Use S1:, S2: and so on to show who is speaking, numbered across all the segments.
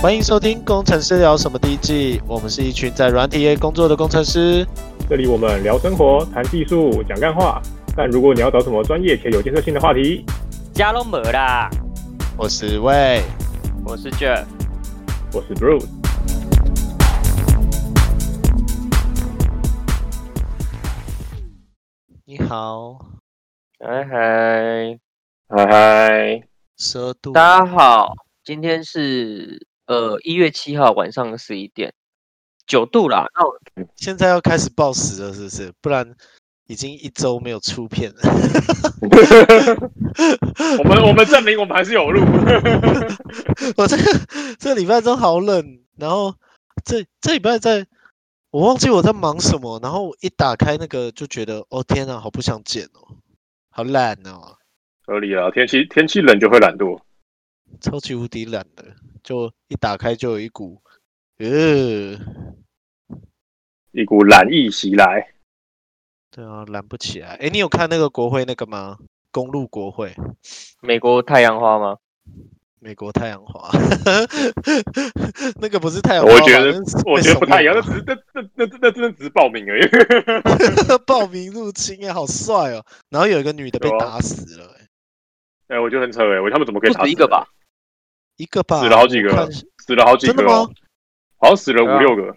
S1: 欢迎收听《工程师聊什么》第一季，我们是一群在软体业工作的工程师。
S2: 这里我们聊生活、谈技术、讲干话。但如果你要找什么专业且有建设性的话题，
S3: 加隆没啦，
S1: 我是魏，
S3: 我是 Jeff，
S2: 我是 Bruce。
S1: 你好，
S3: 嗨嗨
S4: 嗨嗨，
S1: 蛇度
S3: 大家好，今天是呃一月七号晚上十一点，九度啦。那我
S1: 现在要开始暴食了，是不是？不然已经一周没有出片了。
S4: 我们我们证明我们还是有路。
S1: 我这个这礼拜都好冷，然后这这礼拜在，我忘记我在忙什么，然后我一打开那个就觉得，哦天啊，好不想剪哦，好懒哦，
S4: 合理啊，天气天气冷就会懒惰。
S1: 超级无敌懒的，就一打开就有一股，呃，
S4: 一股懒意袭来。
S1: 对啊，懒不起来。诶，你有看那个国会那个吗？公路国会，
S3: 美国太阳花吗？
S1: 美国太阳花， 那个不是太阳花吧，
S4: 我觉得
S1: 那是
S4: 我
S1: 被
S4: 觉得不
S1: 怂
S4: 太一
S1: 恿
S4: 样，那
S1: 吧
S4: 只是那那那那那真的只是报名而已。
S1: 报名入侵哎，好帅哦！然后有一个女的被
S4: 有啊
S1: 打死了、哎
S4: 哎、我觉得很扯哎、我他们怎么可以
S3: 不
S4: 打
S3: 止
S4: 死
S3: 一个吧？
S1: 一个吧，
S4: 死了好几个
S1: 我看
S4: 死了好几
S1: 真
S4: 个
S1: 的
S4: 哦
S1: 吗？，
S4: 好像死了
S3: 对
S4: 五
S3: 啊
S4: 六个。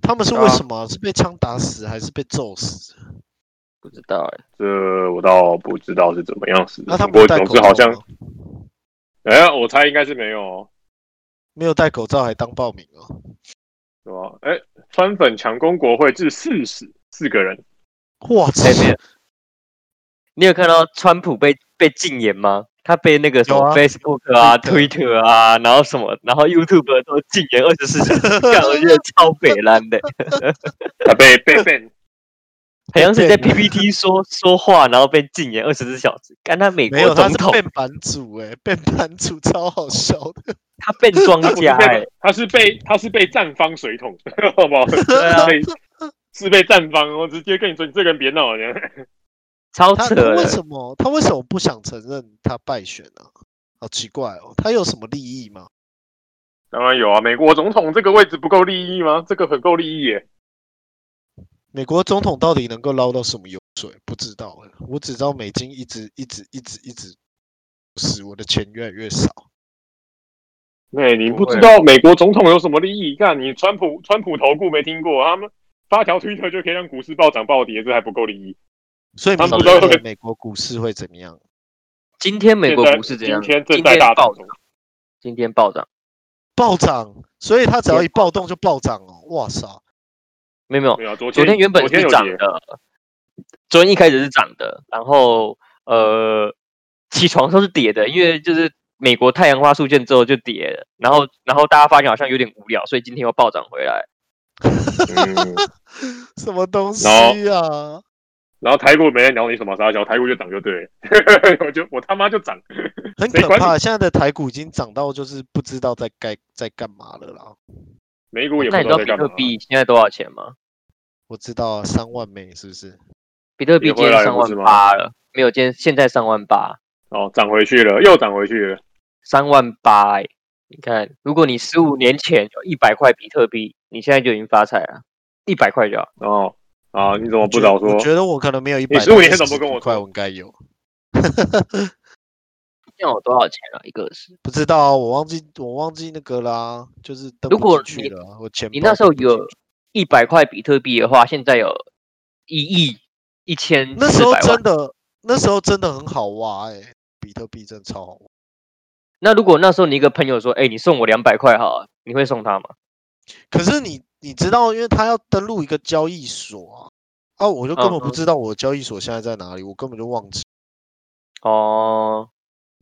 S1: 他们是
S3: 对啊
S1: 为什么啊、是被枪打死还是被揍死？
S3: 不知道哎、
S4: 这我倒不知道是怎么样死的，
S1: 那他
S4: 不
S1: 们有
S4: 过
S1: 戴
S4: 总
S1: 口
S4: 之
S1: 罩
S4: 好像
S1: 吗，
S4: 哎、我猜应该是没有哦，
S1: 没有戴口罩还当报名哦。
S4: 对吧？哎、川粉强攻国会致四死四个人，哎
S1: 哇塞
S3: 欸。没有你有看到川普被被禁言吗？他被那个什么
S1: 有啊
S3: Facebook 啊、
S1: Twitter
S3: Twitter 啊，然后什么，然后 YouTube 都禁言二十四小 时，干我觉得超北蓝的，
S4: 他被被 ban，
S3: 好像是你在 PPT 说说话，然后被禁言二十四小时。干他美
S1: 没
S3: 国
S1: 有，他
S3: 总
S1: 是
S3: 统，
S1: 变版主哎、变版主超好笑的。
S3: 他变 庄
S4: 他不是
S3: 家哎、
S4: 被他是被他是被站方水桶， 好不好？
S3: 对啊
S4: 被是被站方，我直接跟你说，你这个人别闹了。这样
S3: 超
S1: 他
S3: 扯哎
S1: 他为
S3: 的。
S1: 什么他为什么不想承认他败选呢、好奇怪哦，他有什么利益吗？
S4: 当然有啊，美国总统这个位置不够利益吗？这个很够利益耶。
S1: 美国总统到底能够捞到什么油水？不知道欸，我只知道美金一直一直一直一直使我的钱越来越少。
S4: 对，哎你
S3: 不
S4: 不
S3: 会
S4: 知道美国总统有什么利益？干，你川普川普投顾没听过，啊他们发条推特就可以让股市暴涨暴跌，这还不够利益？
S1: 所以
S4: 他
S1: 明
S4: 们
S1: 年
S4: 不都
S1: 的美国股市会怎么样？
S3: 今天美国
S4: 现在
S3: 股市怎样？
S4: 今天正在大
S3: 暴
S4: 涨
S3: 涨，，今天暴涨。
S1: 暴涨，所以它只要一暴动就暴涨哦。哇塞，
S3: 没有没有，
S4: 没有啊，昨
S3: 昨天原本
S4: 昨天
S3: 是
S4: 有
S3: 涨
S4: 跌，
S3: 的，昨天一开始是涨的，然后呃起床的时候是跌的，因为就是美国太阳花事件之后就跌了，然后然后大家发现好像有点无聊，所以今天又暴涨回来。
S4: 嗯，
S1: 什么东西啊？
S4: 然后台股没人鸟你什么沙小，台股就涨就对了， 我就我他妈就涨，
S1: 很
S4: 谁
S1: 可
S4: 管
S1: 怕！现在的台股已经涨到就是不知道在该在干嘛了啦。
S4: 美股也不
S3: 那你
S4: 知道
S3: 知道
S4: 在
S3: 比
S4: 干嘛
S3: 特。币现在多少钱吗？
S1: 我知道啊，三万美是不是？
S3: 比特币
S4: 也
S3: 今
S4: 会
S3: 天
S4: 来
S3: 上
S4: 不是吗
S3: 万八了，没有，今天现在上万八，
S4: 哦，涨回去了，又涨回去了。
S3: 三万八、欸。你看，如果你十五年前有一百块比特币，你现在就已经发财了，一百块就好。
S4: 哦，啊，你怎么不
S1: 我
S4: 早
S1: 觉得
S4: 说
S1: 我？觉得我可能没有一百。
S4: 15年怎么不跟我说
S1: 快，我应该有。
S3: 现在有多少钱啊？一个是。
S1: 不知道啊，我忘记我忘记那个啦，就是登
S3: 如
S1: 不
S3: 果
S1: 进去
S3: 你
S1: 了啊，我钱
S3: 你
S1: 包
S3: 那时候
S1: 登不进
S3: 有一百块比特币的话，现在有一亿一千
S1: 那时
S3: 四
S1: 候
S3: 百万
S1: 真。的，那时候真的很好挖哎、比特币真的超好挖。
S3: 那如果那时候你一个朋友说：“哎、你送我两百块好了，你会送他吗
S1: 可是你你知道，因为他要登录一个交易所啊，啊，我就根本不
S3: 嗯
S1: 知道我的交易所现在在哪里，我根本就忘记，？”
S3: 哦，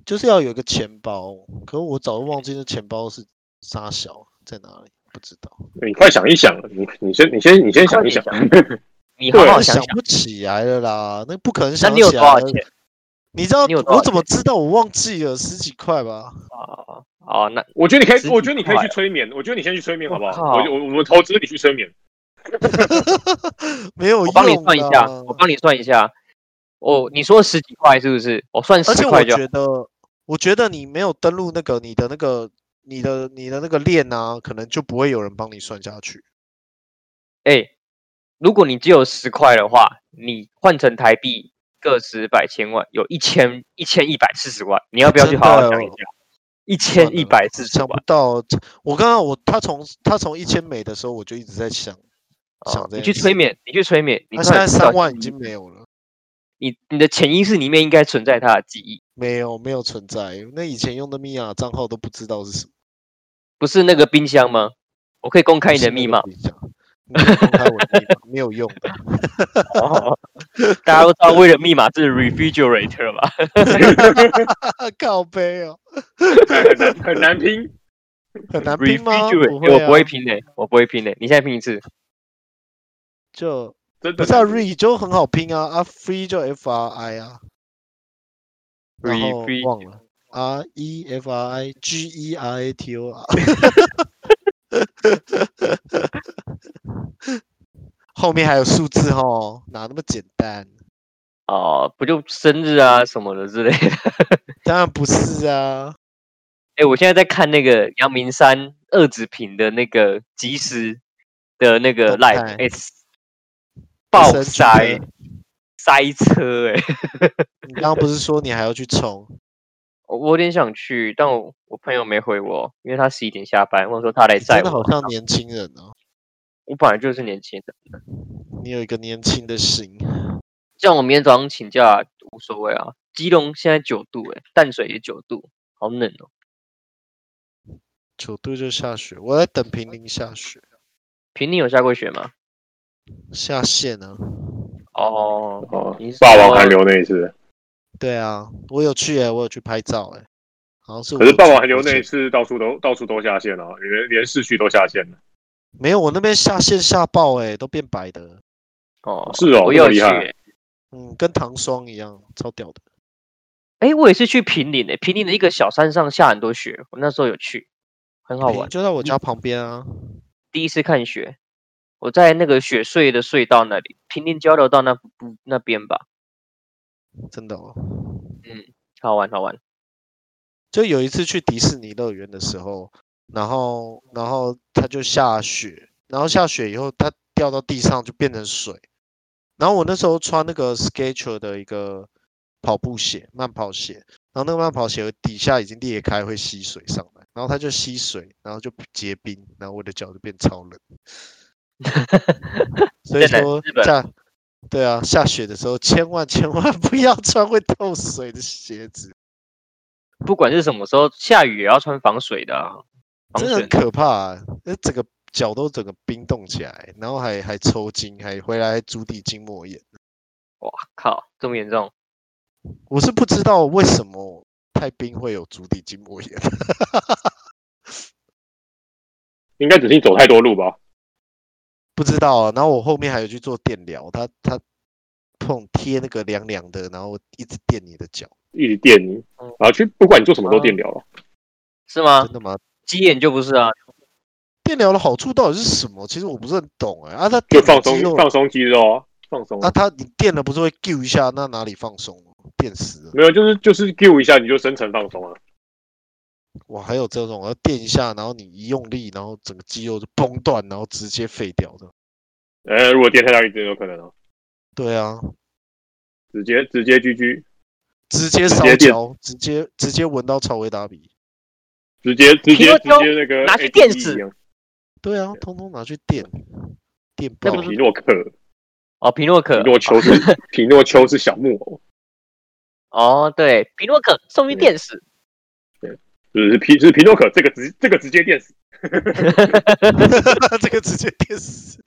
S1: 就是要有一个钱包，可是我早就忘记那钱包是啥小在哪里，不知道，
S4: 你快想一想，你你先你先你先想一想，
S3: 快点你好
S4: 对
S3: 好
S1: 我
S3: 想
S1: 想
S3: 想。
S1: 不起来了啦，那不可能
S3: 那
S1: 想
S3: 你
S1: 起
S3: 有
S1: 来
S3: 多少
S1: 了
S3: 钱
S1: 你知道
S3: 你有多少
S1: 我怎么知道我忘记了十几块吧？
S3: 啊？哦，那
S4: 我觉得你可
S3: 十
S4: 以，
S3: 几
S4: 我觉得你可以
S3: 块
S4: 去催眠，我觉得你先去催眠好不
S3: 我
S4: 好？
S3: 靠
S4: 我我我们投资你去催眠，
S1: 没有
S3: 我
S1: 用啊
S3: 帮你算一下，
S1: 啦
S3: 我帮你算一下。哦，你说十几块是不是？我算
S1: 而且
S3: 十
S1: 我
S3: 块就好
S1: 觉得，我觉得你没有登录那个你的那个你的你的那个链啊，可能就不会有人帮你算下去。
S3: 哎，如果你只有十块的话，你换成台币个十百千万，有一千一千一百四十万，你要不要去好好想一下？一千一百四十
S1: 哦想
S3: 万
S1: 不，到，这我刚刚我他从他从一千美的时候，我就一直在想，想
S3: 哦
S1: 这
S3: 你
S1: 件
S3: 去
S1: 事
S3: 催眠，你去催眠，你
S1: 他
S3: 突
S1: 现
S3: 然
S1: 在
S3: 知道
S1: 三万已
S3: 记忆
S1: 经没有了，
S3: 你你的潜意识里面应该存在他的记忆，
S1: 没有没有存在。那以前用的密码账号都不知道是什么。
S3: 不是那个冰箱吗？我可以公开你的密码，
S1: 你公开我的密码没有用的。
S3: 哦 大家都知道为了密码是 refrigerator 吧？
S1: 靠背哦，
S4: 很难很难拼。
S1: 很难拼吗？不
S3: refrigerator，
S1: 会、
S3: 我
S1: 啊，
S3: 不会拼的，我不会拼的，你现在拼一次。
S1: 就
S4: 真
S1: 不
S4: 的
S1: 是啊，re 就很好拼啊，啊 free 就 f r i 啊，然后
S3: refri
S1: 忘了 r e f r i g e r a t o r，后面还有数字哦，哪那么简单？
S3: 哦，不就生日啊什么的之类的。
S1: 当然不是啊，
S3: 哎，我现在在看那个阳明山二子坪的那个即时的那个
S1: 动
S3: live，
S1: 态
S3: 哎，爆
S1: 神奇
S3: 塞
S1: 的
S3: 塞车哎、
S1: 你刚刚不是说你还要去冲？
S3: 我我有点想去，但我我朋友没回我，因为他十一点下班，我说他来
S1: 你真
S3: 载
S1: 的
S3: 我。
S1: 好像年轻人哦，
S3: 我本来就是年轻人，
S1: 你有一个年轻的心。
S3: 像我明天早上请假无所谓啊。基隆现在九度哎、淡水也九度，好冷哦。
S1: 九度就下雪，我在等平陵下雪，
S3: 平宁有下过雪吗？
S1: 下线啊。
S3: 哦，
S4: 哦
S3: 你是
S4: 霸王
S3: 说
S4: 寒流那一次，
S1: 对啊，我有去诶、我有去拍照诶、好像是我
S4: 可是
S1: 有
S4: 霸
S1: 去
S4: 王寒流
S1: 拍
S4: 那
S1: 照
S4: 一次到处都到处都下线啊，连连市区都下线了。
S1: 没有，我那边下线下爆诶、都变白的，
S3: 哦，
S4: 是哦
S3: 我
S4: 这么
S3: 有
S4: 厉
S3: 去、
S4: 害
S3: 欸。
S1: 嗯，跟糖霜一样，超屌的。
S3: 哎、我也是去平岭诶、平岭的一个小山上下很多雪，我那时候有去，很好
S1: 平
S3: 玩。嗯
S1: 就在我家旁边啊，
S3: 第一次看雪，我在那个雪隧的隧道那里，平林交流道那不那边吧，
S1: 真的哦。
S3: 好玩好玩。
S1: 就有一次去迪士尼乐园的时候，然后然后它就下雪，然后下雪以后它掉到地上就变成水，然后我那时候穿那个 Skechers 的一个跑步鞋，慢跑鞋，然后那个慢跑鞋底下已经裂开会吸水上来，然后它就吸水，然后就结冰，然后我的脚就变超 冷。所以
S3: 在哪
S1: 说
S3: 日本
S1: 下，对啊，下雪的时候千万千万不要穿会透水的鞋子。
S3: 不管是什么时候，下雨也要穿防水的、啊，防
S1: 真的
S3: 水
S1: 很可怕、啊，那整个脚都整个冰冻起来，然后还还抽筋，还回来还足底筋膜炎。
S3: 哇靠，这么严重？
S1: 我是不知道为什么太冰会有足底筋膜炎，
S4: 应该只是你走太多路吧？
S1: 不知道、啊。然后我后面还有去做电疗，他他碰贴那个凉凉的，然后一直电你的脚，
S4: 一直电你
S3: 嗯，
S4: 然后去不管你做什么都电疗了。
S3: 是吗
S4: 啊
S1: 真？的吗？
S3: 鸡眼就不是啊，
S1: 电疗的好处到底是什么？其实我不是很懂哎、啊，他
S4: 就放松
S1: 肉，
S4: 放松肌肉啊，放松啊
S1: 啊，他你电了不是会揪一下，那哪里放松了？电死了！
S4: 没有，就是就是 Q 一下你就深层放松啊。
S1: 哇，还有这种，要电一下，然后你一用力，然后整个肌肉就崩断，然后直接废掉的。
S4: 呃，如果电太大力，真的有可能哦、
S1: 对啊，
S4: 直接直接 GG，
S1: 直接
S4: 直
S1: 烧
S4: 接电
S1: 焦，直接直接闻到超维达比。
S4: 直接直接
S3: 皮诺
S4: 直
S3: 丘
S4: 接那个
S3: 拿去
S4: ADE
S3: 电死
S4: 一样
S1: 对啊，通通拿去电，电爆
S3: 那。不
S4: 皮
S3: 是
S4: 诺克，
S3: 哦，皮诺可
S4: 皮诺丘是皮诺丘是小木偶，
S3: 哦，对，皮诺可送去
S4: 嗯
S3: 电死，
S4: 就是皮就是皮诺可这个直这个直接电死，
S1: 这个直接电死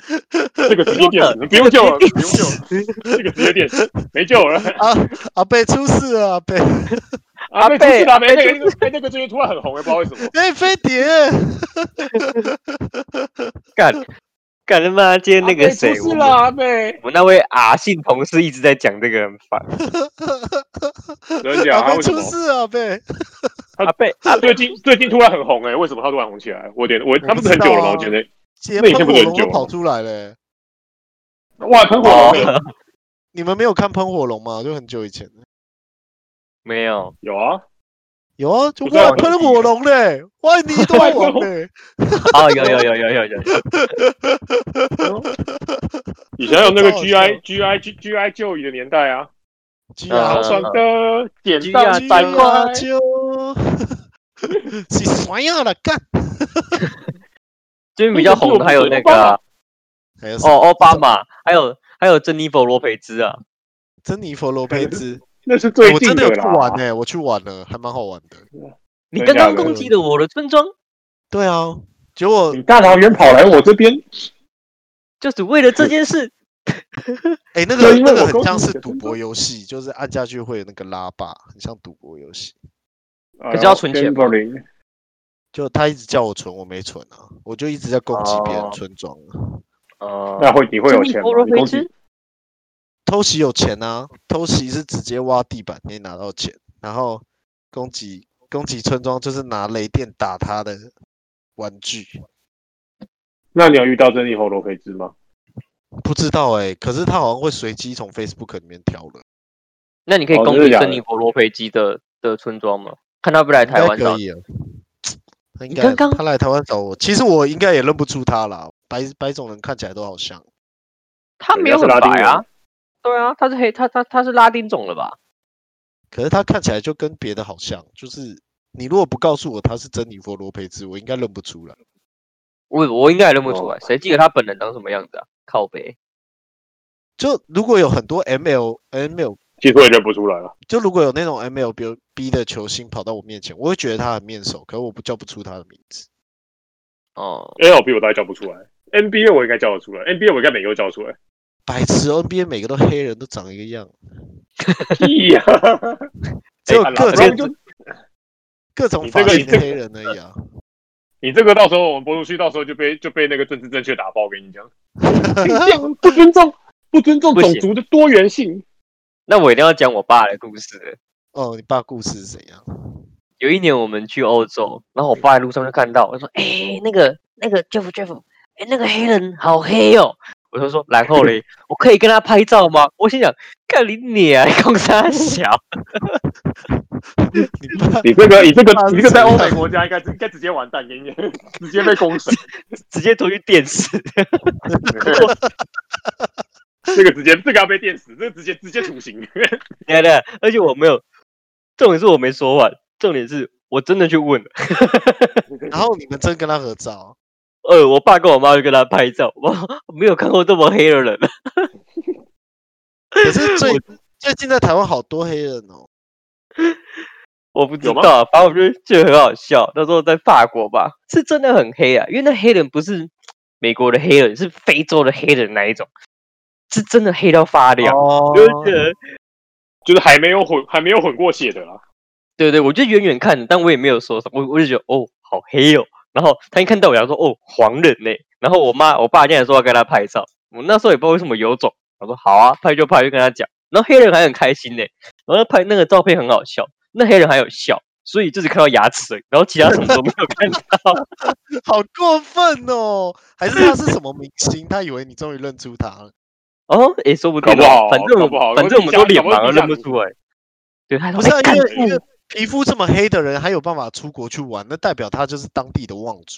S4: 这个直接电死，不用救了，不用救了，这个直接电死，没救了。
S1: 啊！阿贝出事了，阿贝，
S4: 啊，被出事
S3: 阿
S4: 了，
S3: 贝
S4: 没那个被那个最近突然很红，也不知道为什么。
S1: 哎、飞碟，
S3: 干干他妈！今天那个谁，
S4: 阿贝出事
S3: 我们
S4: 了，阿贝，
S3: 我那位 R 姓同事一直在讲这个，很烦。
S4: 真假？
S1: 阿
S4: 他
S1: 贝
S4: 为啊什
S1: 出
S4: 么？
S1: 事了，阿贝。
S3: 阿贝，
S4: 他最近最近突然很红哎，为什么他突然红起来？我有点我他不是很久了吗？我觉得
S1: 解
S4: 那你
S1: 喷
S4: 先不
S1: 火
S4: 能
S1: 龙
S4: 救
S1: 都
S4: 啊
S1: 跑出来了欸、
S4: 哇，喷火龙
S3: 哦
S4: 有
S1: 你们没有看喷火龙吗？就很久以前了
S3: 没有，
S4: 有啊，
S1: 有啊，就
S4: 不是啊
S1: 哇喷火龙嘞，万尼多
S4: 外国
S1: 王
S4: 龙
S1: 嘞，
S3: 哦，有有有有有有，
S4: 以前有那个
S1: 超好
S4: G
S1: 笑
S4: I G I G G I 旧椅的年代啊，
S1: 鸡
S3: 啊
S1: 啊
S4: 好爽的，捡到
S3: 啊
S1: 鸡
S4: 百
S1: 啊
S4: 块，
S1: 就，是酸呀了干，
S3: 最近比较红的还有那个啊
S1: 还有谁
S3: 哦，奥巴马，还有还有珍妮佛罗培兹啊，
S1: 珍妮佛罗佩兹，
S4: 那是最
S1: 我
S4: 近
S1: 真的有去玩
S4: 啦。
S1: 呢，我去玩了，还蛮好玩的。
S3: 你
S4: 真
S3: 刚
S4: 假
S3: 刚
S4: 的
S3: 攻击了我的村庄，
S1: 对啊，结果
S4: 你大老远跑来我这边，
S3: 就是为了这件事。
S1: 哎、那个
S4: 因为
S1: 那个
S4: 我
S1: 很
S4: 公
S1: 像
S4: 司
S1: 是
S4: 本
S1: 赌
S4: 身
S1: 博游戏，就是按下去会有那个拉霸，很像赌博游戏。
S4: 可
S3: 是要存
S4: 哎
S3: 钱吧
S1: 就他一直叫我存，我没存啊，我就一直在攻击别人
S3: 哦
S1: 村庄啊、
S3: 哦，
S4: 那会你会有
S3: 珍妮
S4: 钱吗
S3: 佛？罗
S4: 你
S3: 培
S4: 公司
S3: 兹，
S1: 偷袭有钱啊，偷袭是直接挖地板可以拿到钱，然后攻击攻击村庄就是拿雷电打他的玩具。
S4: 那你有遇到珍妮佛罗培兹吗？
S1: 不知道哎、可是他好像会随机从 Facebook 里面挑人，
S3: 那你可以
S4: 哦
S3: 攻
S4: 真的
S3: 击
S4: 假的
S3: 珍妮佛罗培兹的的村庄吗？看他不来
S1: 应
S3: 台
S1: 该
S3: 湾找
S1: 可
S3: 你，
S1: 以啊。他应
S3: 你
S1: 该
S3: 刚刚
S1: 他来台湾找我，其实我应该也认不出他啦，白白种人看起来都好像。
S3: 他没
S4: 人
S3: 有很
S4: 家是拉丁
S3: 白啊
S4: 人。
S3: 对啊，他是黑，他他他是拉丁种了吧？
S1: 可是他看起来就跟别的好像，就是你如果不告诉我他是珍妮佛罗佩兹，我应该认不出来。
S3: 我我应该也认不出
S4: 哦
S3: 来，谁记得他本人长什么样子啊？靠北，
S1: 就如果有很多 ML ML，
S4: 其实我也认不出来了。啊
S1: 就如果有那种 MLB 的球星跑到我面前，我会觉得他很面熟，可是我不叫不出他的名字。
S3: 哦，
S4: A L B 我大概叫不出来，NBA 我应该叫得出来，NBA 我应该每个都叫得出来。
S1: 白痴哦，NBA 每个都黑人都长一个样，
S4: 屁呀！
S1: 只有
S4: 哎
S1: 各
S4: 好
S1: 种
S4: 啦不然就
S1: 各种
S4: 你
S1: 发
S4: 这个
S1: 型
S4: 你这
S1: 的
S4: 个
S1: 黑人而已啊。
S4: 你这个到时候我们播出去，到时候就被就被那个政治正确打爆。我跟你讲，这样不尊重，不尊重
S3: 不
S4: 种
S3: 行
S4: 族的多元性。
S3: 那我一定要讲我爸的故事了。
S1: 哦，你爸故事是怎样？
S3: 有一年我们去欧洲，然后我爸在路上就看到，我就说：“哎、那个那个 Jeff Jeff，哎、那个黑人好黑哦。”我就说：“然后嘞，我可以跟他拍照吗？”我心想：“看你你啊，公他小。
S1: 你爸
S4: 你这个，你这个
S1: 啊，
S4: 你这个在
S1: 是
S4: 欧
S1: 这 样
S4: 美国家应该应该直接完蛋，给你 直接被公审，”
S3: 直接投去电视，
S4: 这个直接这个要被电死，这个直接直接处刑。
S3: 对对，而且我没有，重点是我没说完，重点是我真的去问了，
S1: 然后你 们真跟他合照，
S3: 呃，我爸跟我妈就跟他拍照，我 没有看过这么黑的人，
S1: 可是最最近在台湾好多黑人哦。
S3: 我不知
S4: 有吗
S3: 道，反正我就觉得很好笑。那时候在法国吧，是真的很黑啊，因为那黑人不是美国的黑人，是非洲的黑人那一种，是真的黑到发
S4: 哎
S3: 亮。
S1: 哦
S3: 就是觉得
S4: 就是还没有混，还没有混过血的啦。
S3: 对对，我就远远看，但我也没有说什么，我我就觉得哦，好黑哦。然后他一看到我，他说哦，黄人呢、然后我妈我爸竟然说要跟他拍照，我那时候也不知道为什么有种，我说好啊，拍就拍，就跟他讲。然后黑人还很开心呢、然后拍那个照片很好笑，那黑人还有笑，所以就只看到牙齿而已，然后其他什么都没有看到。
S1: 好过分哦！还是他是什么明星？他以为你终于认出他了。
S3: 哦，也说不定
S4: 搞
S3: 哦，
S4: 不好
S3: 反正
S4: 搞
S3: 我
S4: 不好
S3: 反正我们都脸盲
S4: 搞不好
S3: 了，
S4: 地下
S3: 认不出来。对，他
S1: 不
S3: 说
S1: 是、
S3: 哎
S1: 啊、
S3: 干
S1: 因为因
S3: 住
S1: 为皮肤这么黑的人还有办法出国去玩，那代表他就是当地的望族。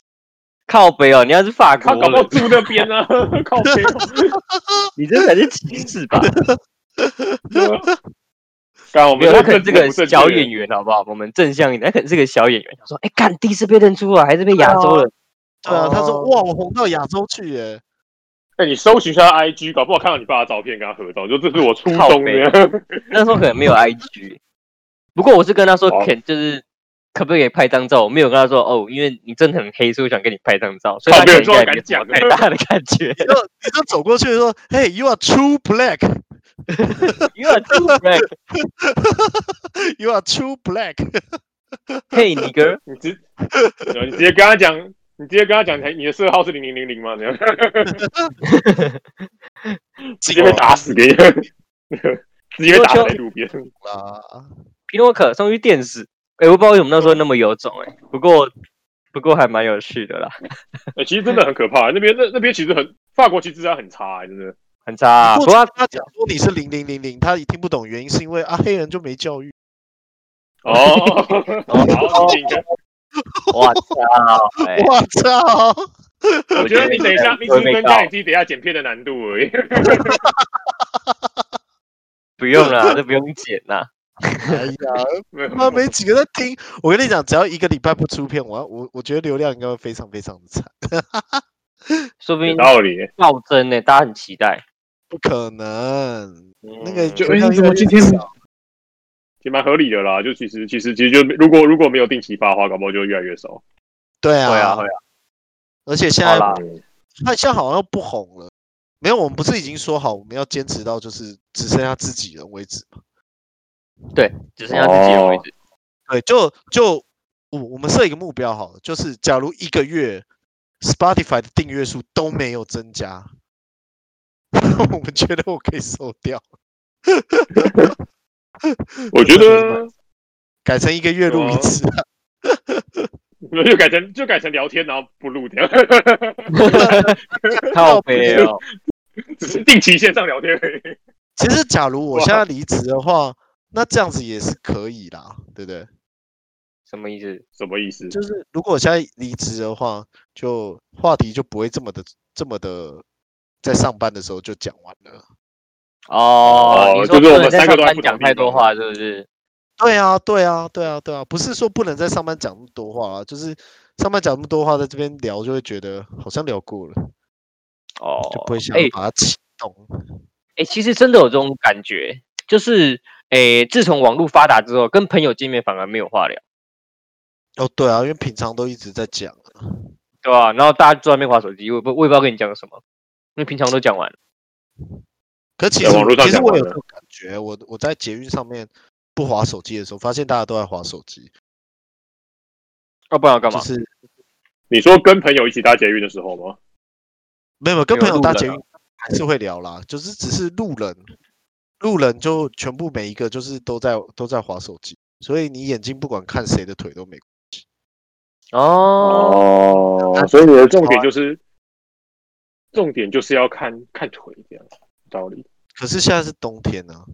S3: 靠北哦，你要是法国
S4: 他搞不好
S3: 人，
S4: 住那边啊，靠 边。
S3: 你这才是歧视 吧？
S4: 刚我
S3: 没
S4: 们
S3: 有，他
S4: 这
S3: 可能是
S4: 政治
S3: 个
S4: 不正确
S3: 小演员，好不好？我们正向一点，他可能是个小演员。他说：“哎，干，第一次被认出啊来，还是被
S4: 啊
S3: 亚洲人。
S1: 对啊，他说
S3: 哦
S1: 哇，我红到亚洲去耶！
S4: 哎、你搜寻一下他 IG，搞不好看到你爸的照片，跟他合照，就这是我初
S3: 靠
S4: 中
S3: 北
S4: 的。
S3: 那时候可能没有 IG，不过我是跟他说，
S4: 哦
S3: 可就是可不可以拍张照？我没有跟他说哦，因为你真的很黑，所以我想跟你拍张照。所以
S4: 靠
S3: 他可
S4: 北
S3: 能应
S4: 终于
S3: 该
S4: 敢
S3: 没什
S4: 讲了
S3: 么太大的感觉。
S1: 你就你就走过去说，Hey, you are true black,
S3: You are too black,
S1: you are true black。
S3: hey nigger。
S4: 你直，对你直接跟他讲，你直接跟他讲，你的色号是零零零零吗？这样直接被打死给你，直接被打死在路边。
S1: 哦啦！
S3: 皮诺可送去电视。哎、我不知道为什么那时候那么有种哎、不过不过还蛮有趣的啦，
S4: 哎、其实真的很可怕，那边那那边其实很，法国其实治安很差、真的。
S3: 很差、啊。
S1: 不
S3: 不
S1: 过
S3: 过
S1: 他讲说你是零零零零，他也听不懂原因是因为啊黑人就没教育。
S4: 哦，好， 你请客。
S3: 我哦操！哎
S1: 我操！
S4: 我觉得你等一下，你只是增加你自己等一下剪片的难度而已。
S3: 不用啦， 这不用剪啦。
S1: 哎呀，
S4: 没有
S1: 妈没几个在听。我跟你讲，只要一个礼拜不出片，我要我我觉得流量应该会非常非常的惨。
S3: 说不
S4: 有
S3: 定
S4: 道理。
S3: 暴增呢、大家很期待。
S1: 不可能，那个
S3: 嗯
S1: 流
S4: 哎
S1: 量越
S4: 你怎么
S1: 来
S4: 今
S1: 越
S4: 天
S1: 少
S4: 也蛮合理的啦，就其实其实其实就如果如果没有定期发的话，搞不好就越来越少。
S1: 对
S3: 会啊
S1: 啊
S3: 会，啊，
S1: 而且现
S3: 好
S1: 在
S3: 啦，
S1: 他现在好像不红了。没有，我们不是已经说好我们要坚持到就是只剩下自己人为止吗？
S3: 只剩下自己的位置。
S1: 对，就就我我们设一个目标好了，就是假如一个月 Spotify 的订阅数都没有增加， 我们觉得我可以收掉，
S4: 我觉得
S1: 改成一个月录一
S4: 哦
S1: 次。啊
S4: 就改成就改成聊天，然后不录掉，
S3: 靠背哦，
S4: 只是定期线上聊天而已。
S1: 其实，假如我
S4: 哇
S1: 现在离职的话，那这样子也是可以啦，对不对？
S3: 什么意思？
S4: 什么意思？
S1: 就是如果我现在离职的话，就话题就不会这么的、这么的，在上班的时候就讲完了。
S3: 哦，
S4: 哦
S3: 你说
S4: 就是我们
S3: 不能在
S4: 三个都在
S3: 上班
S4: 不同
S3: 讲
S4: 地
S3: 太多
S4: 方
S3: 话，是不是？
S1: 对啊，对啊，对啊，对啊，不是说不能在上班讲那么多话啊，就是上班讲那么多话，在这边聊就会觉得好像聊过了，
S3: 哦，
S1: 就不会想
S3: 哎
S1: 要把它启动。
S3: 哎、其实真的有这种感觉，就是哎、自从网络发达之后，跟朋友见面反而没有话聊，
S1: 哦，对啊，因为平常都一直在讲啊，
S3: 对吧、然后大家坐在那边划手机，我也不我也不知道跟你讲什么，因为平常都讲完了。
S1: 可其
S4: 在
S1: 实
S4: 网络上
S1: 其实
S4: 讲
S1: 我
S4: 完
S1: 有
S4: 了
S1: 这种感觉，我我在捷运上面不划手机的时候，发现大家都在划手机，
S3: 要、啊不然要干
S1: 就
S3: 嘛？
S1: 是
S4: 你说跟朋友一起搭捷运的时候吗？
S1: 没有没有跟
S3: 没有
S1: 朋友
S3: 路
S1: 搭
S3: 人
S1: 捷
S3: 啊
S1: 运还是会聊啦，就是只是路人，路人就全部每一个就是都在都在划手机，所以你眼睛不管看谁的腿都没。
S3: 哦，
S4: 哦，所以你的重点就是重点就是要看看腿这样道理。
S1: 可是现在是冬天啊，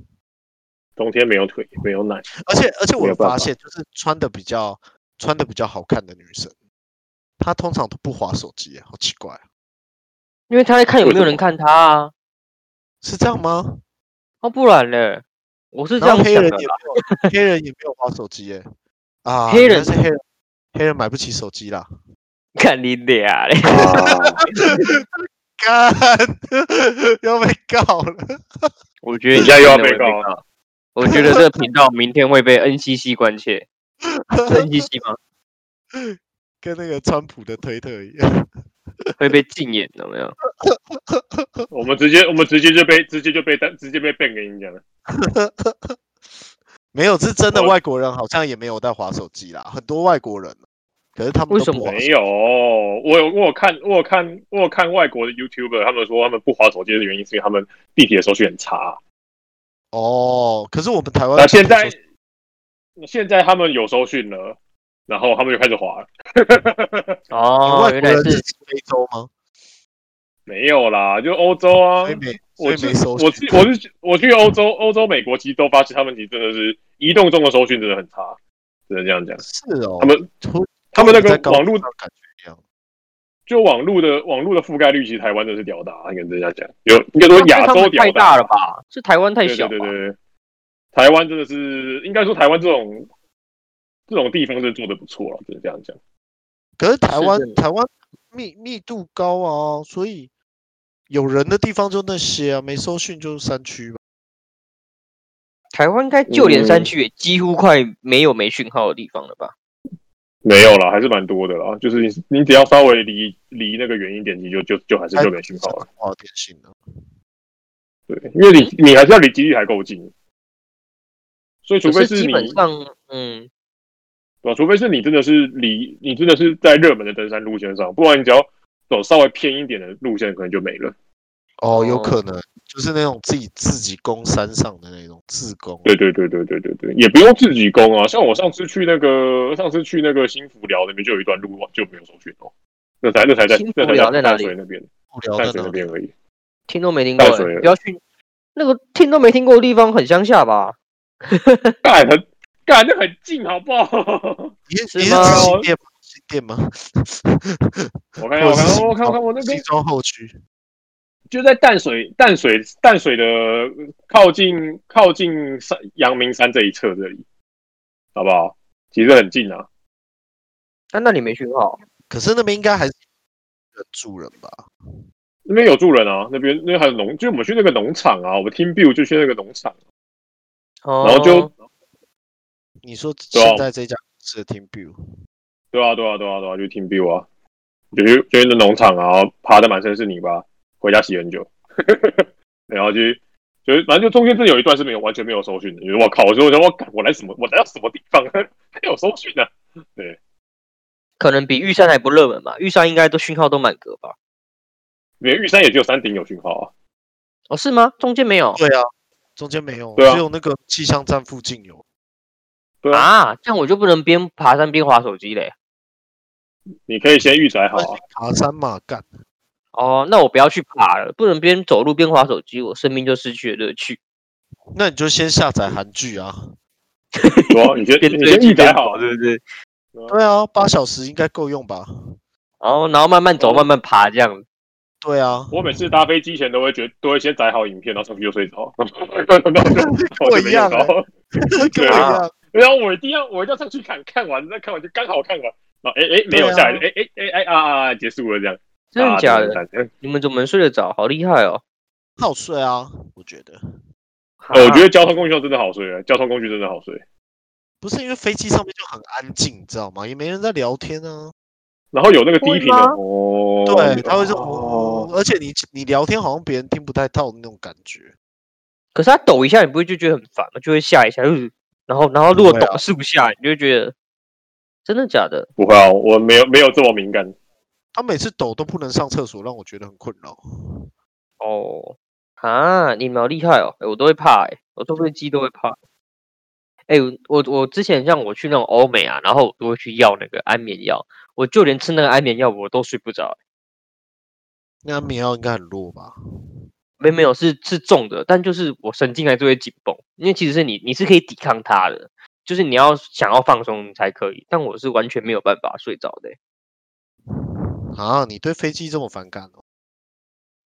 S4: 冬天没有腿，没有奶，
S1: 而且而且我
S4: 没
S1: 有
S4: 有办
S1: 发
S4: 法
S1: 现，就是穿的比较穿的比较好看的女生，她通常都不划手机，好奇怪啊，
S3: 因为他在看有没有
S4: 为什
S3: 人看他啊，
S1: 是这样吗？
S3: 哦，不然嘞，我是这
S1: 然
S3: 样
S1: 后黑
S3: 想
S1: 人
S3: 的
S1: 也
S3: 啦。
S1: 没有黑人也没有划手机耶，啊，
S3: 黑
S1: 原来
S3: 人
S1: 是黑人黑人买不起手机啦，
S3: 看你 俩嘞，
S4: 哦
S1: 干 要被告了。
S3: 我觉得
S4: 你现在又要
S3: 真的
S4: 被
S3: 会
S4: 告
S3: 告。我觉得这个频道明天会被 NCC 关切，NCC 吗？
S1: 跟那个川普的推特一样。
S3: 会被禁言，有没有？
S4: 我们直接我们直接就被直接就被直接被 ban 给你讲了。
S1: 没有，是真的
S4: 我
S1: 外国人好像也没有在划手机啦，很多外国人，可是他们
S3: 为
S1: 都
S3: 什
S1: 不
S3: 么
S1: 滑
S4: 没有，我有我有看我有看我有看外国的 YouTuber，他们说他们不滑手机的原因是因为他们地铁收讯很差。
S1: 哦，可是我们台湾
S4: 那
S1: 的
S4: 现在
S1: 手机
S4: 现在他们有收讯了，然后他们就开始滑了。
S3: 哦，
S1: 外
S3: 原
S1: 国
S3: 来
S1: 人
S3: 是
S1: 是非洲吗？
S4: 没有啦，就欧洲啊
S1: 所以。没，所
S4: 我
S1: 以
S4: 去
S1: 没收
S4: 我去我去我去欧洲欧洲美国，其实都发现他们其实真的是移动中的收讯真的很差，只能这样讲。
S1: 是哦，
S4: 他们
S1: 突
S4: 他们那
S1: 跟我在高
S4: 个网
S1: 速
S4: 络
S1: 上感觉一样，
S4: 就网络的网络的覆盖率，其实台湾真的是屌大，应该这样讲。有应该说亚洲
S3: 那是他们
S4: 屌
S3: 太大了吧？是台湾太
S4: 对
S3: 小
S4: 对
S3: 吧？
S4: 对对对，台湾真的是应该说台湾这种这种地方是做的不错了，只能这样讲。
S1: 可是台湾
S3: 是
S1: 台湾密密度高啊，所以有人的地方就那些啊，没收讯就是山区吧。
S3: 台湾应该就连山
S4: 嗯
S3: 区也几乎快没有没讯号的地方了吧？
S4: 没有啦，还是蛮多的啦。就是你你只要稍微离离那个远一点，你就就就还是就没信号了。
S1: 哦，电信的，
S4: 对，因为你你还是要离基地台够近，所以除
S3: 可
S4: 非
S3: 是基
S4: 你
S3: 本上，嗯，
S4: 对吧、除非是你真的是离你真的是在热门的登山路线上，不然你只要走稍微偏一点的路线，可能就没了。
S1: 哦，有
S3: 哦
S1: 可能就是那种自己自己攻山上的那种自攻。
S4: 对对对对对对对，也不用自己攻啊。像我上次去那个，上次去那个新福寮那边就有一段路就没有搜寻哦，那才那才在
S3: 新福
S4: 那才
S3: 寮在哪
S4: 淡
S3: 里
S4: 水那边，
S1: 不聊
S4: 淡
S1: 在
S4: 水
S1: 哪
S4: 那
S1: 里？
S4: 边而已。
S3: 听都没听过、
S4: 淡水
S3: 欸，不要去那个听都没听过的地方，很乡下吧？
S4: 干很干那很近，好不好？
S1: 你是
S3: 是
S1: 你是
S3: 吗
S1: 指新店吗？新店吗？
S4: 我看一下，我看，我看，我看，我那边
S1: 新庄后区，
S4: 就在淡水，淡水，淡水的靠近靠近山阳明山这一侧这里，好不好？其实很近啊，
S3: 但那里没讯号，
S1: 可是那边应该还是住人吧？
S4: 那边有住人啊，那边那边还有农，就我们去那个农场啊，我们 team build 就去那个农场，
S3: 然哦
S4: 然后就、
S1: 你说
S4: 对啊
S1: 现在这家公司的 Team View，
S4: 对啊，对啊，对啊，对啊，就 team build 啊，就去就去那农场啊，然后爬的满身是泥巴，回家洗很久， 然后就就是反正就中间这有一段是没有完全没有搜寻的，就是我靠，我说我说我干我来什么我来到什么地方 还有搜寻呢、啊？
S3: 可能比玉山还不热门吧，玉山应该都讯号都满格吧？
S4: 连玉山也只有山顶有讯号啊。
S3: 哦，是吗？中间没有
S1: 对啊，中间没有，
S4: 对啊
S1: 只有那个气象站附近有。
S4: 对啊，
S3: 啊？这样我就不能边爬山边划手机嘞？
S4: 你可以先预载好啊。
S1: 爬山嘛，干，
S3: 哦，那我不要去爬了，不能边走路边划手机，我生命就失去了乐趣。
S1: 那你就先下载韩剧啊。
S4: 对啊， 你先
S3: 边
S4: 你
S3: 追
S4: 先
S3: 剧
S4: 预载
S3: 边
S4: 好
S3: 跑，
S4: 啊。
S3: 对不对？
S1: 对啊，八小时应该够用吧？
S3: 然后哦然后慢
S4: 哦
S3: 慢走，慢慢爬这样。
S1: 对啊，
S4: 我每次搭飞机前都会觉都会先载好影片，然后上去就睡着， 然后就我就没用到
S3: 啊
S1: 跟。跟我一
S4: 啊
S1: 样。
S4: 然后我一定要我一定要上去看，看完再看完就刚好看完。啊，哎哎，没有
S1: 对啊
S4: 下来，哎哎哎哎啊啊，啊结束了这样。
S3: 真的假的？
S4: 的？嗯
S3: 你们怎么能睡得着？好厉害哦！
S1: 好睡啊，我觉得
S4: 呃我觉
S3: 啊
S4: 得交通工具上真的好睡，交通工具真的好睡。
S1: 不是因为飞机上面就很安静，你知道吗？也没人在聊天啊。
S4: 然后有那个低频的
S3: 会吗
S4: 哦，
S1: 对，他会说，
S4: 哦
S1: 哦、而且你你聊天好像别人听不太到的那种感觉。
S3: 可是它抖一下，你不会就觉得很烦吗？就会吓一下，嗯，然后然后如果
S1: 不会啊
S3: 抖四不下，你就会觉得真的假的？
S4: 不会啊，我没有没有这么敏感。
S1: 他每次抖都不能上厕所，让我觉得很困扰。
S3: 哦，啊，你们好厉害哦！诶我都会怕哎、我坐飞机都会怕。哎、我我之前像我去那种欧美啊，然后我都会去要那个安眠药，我就连吃那个安眠药我都睡不着、
S1: 那米奥应该很弱吧？
S3: 没没有是是重的，但就是我神经还是会紧绷，因为其实是你你是可以抵抗它的，就是你要想要放松才可以，但我是完全没有办法睡着的欸、
S1: 啊，你对飞机这么反感哦？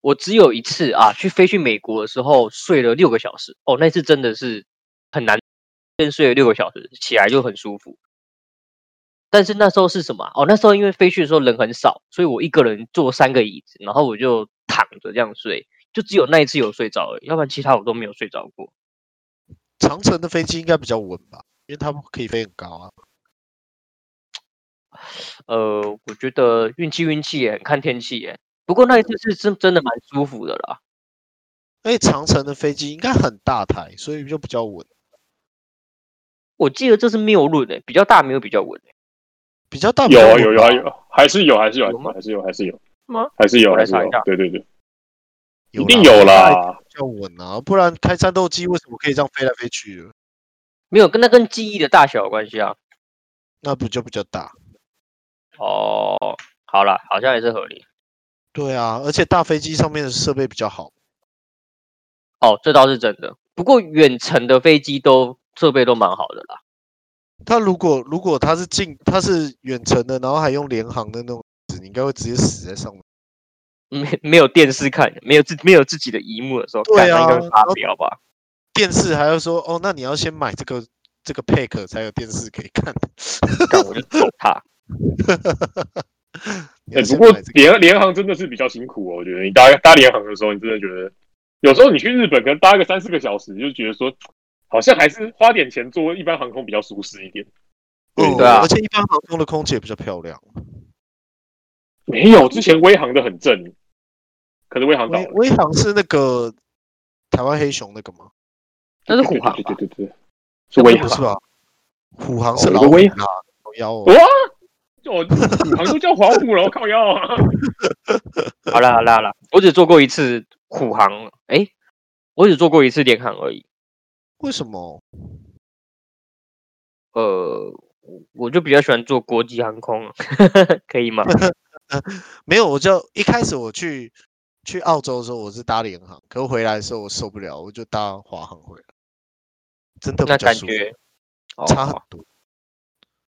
S3: 我只有一次啊，去飞去美国的时候睡了六个小时，哦，那次真的是很难，先睡了六个小时，起来就很舒服。但是那时候是什么啊、哦，那时候因为飞去的时候人很少，所以我一个人坐三个椅子，然后我就躺着这样睡，就只有那一次有睡着而已，要不然其他我都没有睡着过。
S1: 长城的飞机应该比较稳吧，因为它可以飞很高啊。
S3: 呃，我觉得运气运气也很看天气耶。不过那一次是真真的蛮舒服的啦。
S1: 而且哎长城的飞机应该很大台，所以就比较稳。
S3: 我记得这是谬论诶，比较大没有比较稳诶。
S1: 比较大比
S4: 有
S1: 较
S4: 啊
S1: 稳
S4: 有有
S1: 吧
S4: 啊有，还是有还是有
S3: 有吗
S4: 还是有还是有
S3: 吗？
S4: 还是有
S3: 我来
S4: 还是
S3: 查一
S4: 有
S3: 下，
S4: 对对对，
S1: 有
S4: 一定
S1: 啦
S4: 有
S1: 比较大台
S4: 啦。
S1: 比较稳啊，不然开战斗机为什么可以这样飞来飞去的？
S3: 没有，跟那跟记忆的大小有关系啊。
S1: 那不就比较大？
S3: 哦，好了，好像也是合理。
S1: 对啊，而且大飞机上面的设备比较好。
S3: 哦，这倒是真的。不过远程的飞机都设备都蛮好的啦。
S1: 它如果如果它是近它是远程的，然后还用联航的那种，你应该会直接死在上面。
S3: 没没有电视看，没有自没有自己的荧幕的时候，
S1: 对
S3: 干那
S1: 啊
S3: 应该会发
S1: 然后
S3: 飙吧？
S1: 电视还要说哦，那你要先买这个这个 pack 才有电视可以看。
S3: 干我就揍 他。
S1: 你
S4: 哎、
S1: 要
S4: 不
S1: 先
S4: 过
S1: 买这个
S4: 联联航真的是比较辛苦哦，我觉得你搭搭联航的时候，你真的觉得有时候你去日本可能搭个三四个小时，你就觉得说好像还是花点钱坐一般航空比较舒适一点。
S1: 嗯
S3: 对啊
S1: 而且一般航空的空姐比较漂亮。
S4: 没有，之前威航的很正，可是威航倒
S1: 威
S4: 了，
S1: 威航是那个台湾黑熊那个吗？
S3: 那是虎航
S4: 对
S3: 吧？
S4: 对对对对，是威
S1: 不
S4: 航
S1: 是吧？虎航是
S4: 哦
S1: 老
S4: 有个威
S1: 虎啦，老妖哦
S4: 哇，哦，虎航都叫华虎了，我靠腰啊！
S3: 好啦好啦好啦，我只做过一次虎航，诶，我只做过一次联航而已。
S1: 为什么？
S3: 呃，我我就比较喜欢坐国际航空，可以吗？
S1: 没有，我就一开始我去去澳洲的时候，我是搭联航，可回来的时候我受不了，我就搭华航回来，真的比
S3: 那
S1: 较
S3: 感
S1: 舒服。
S3: 觉，哦
S1: 差很多，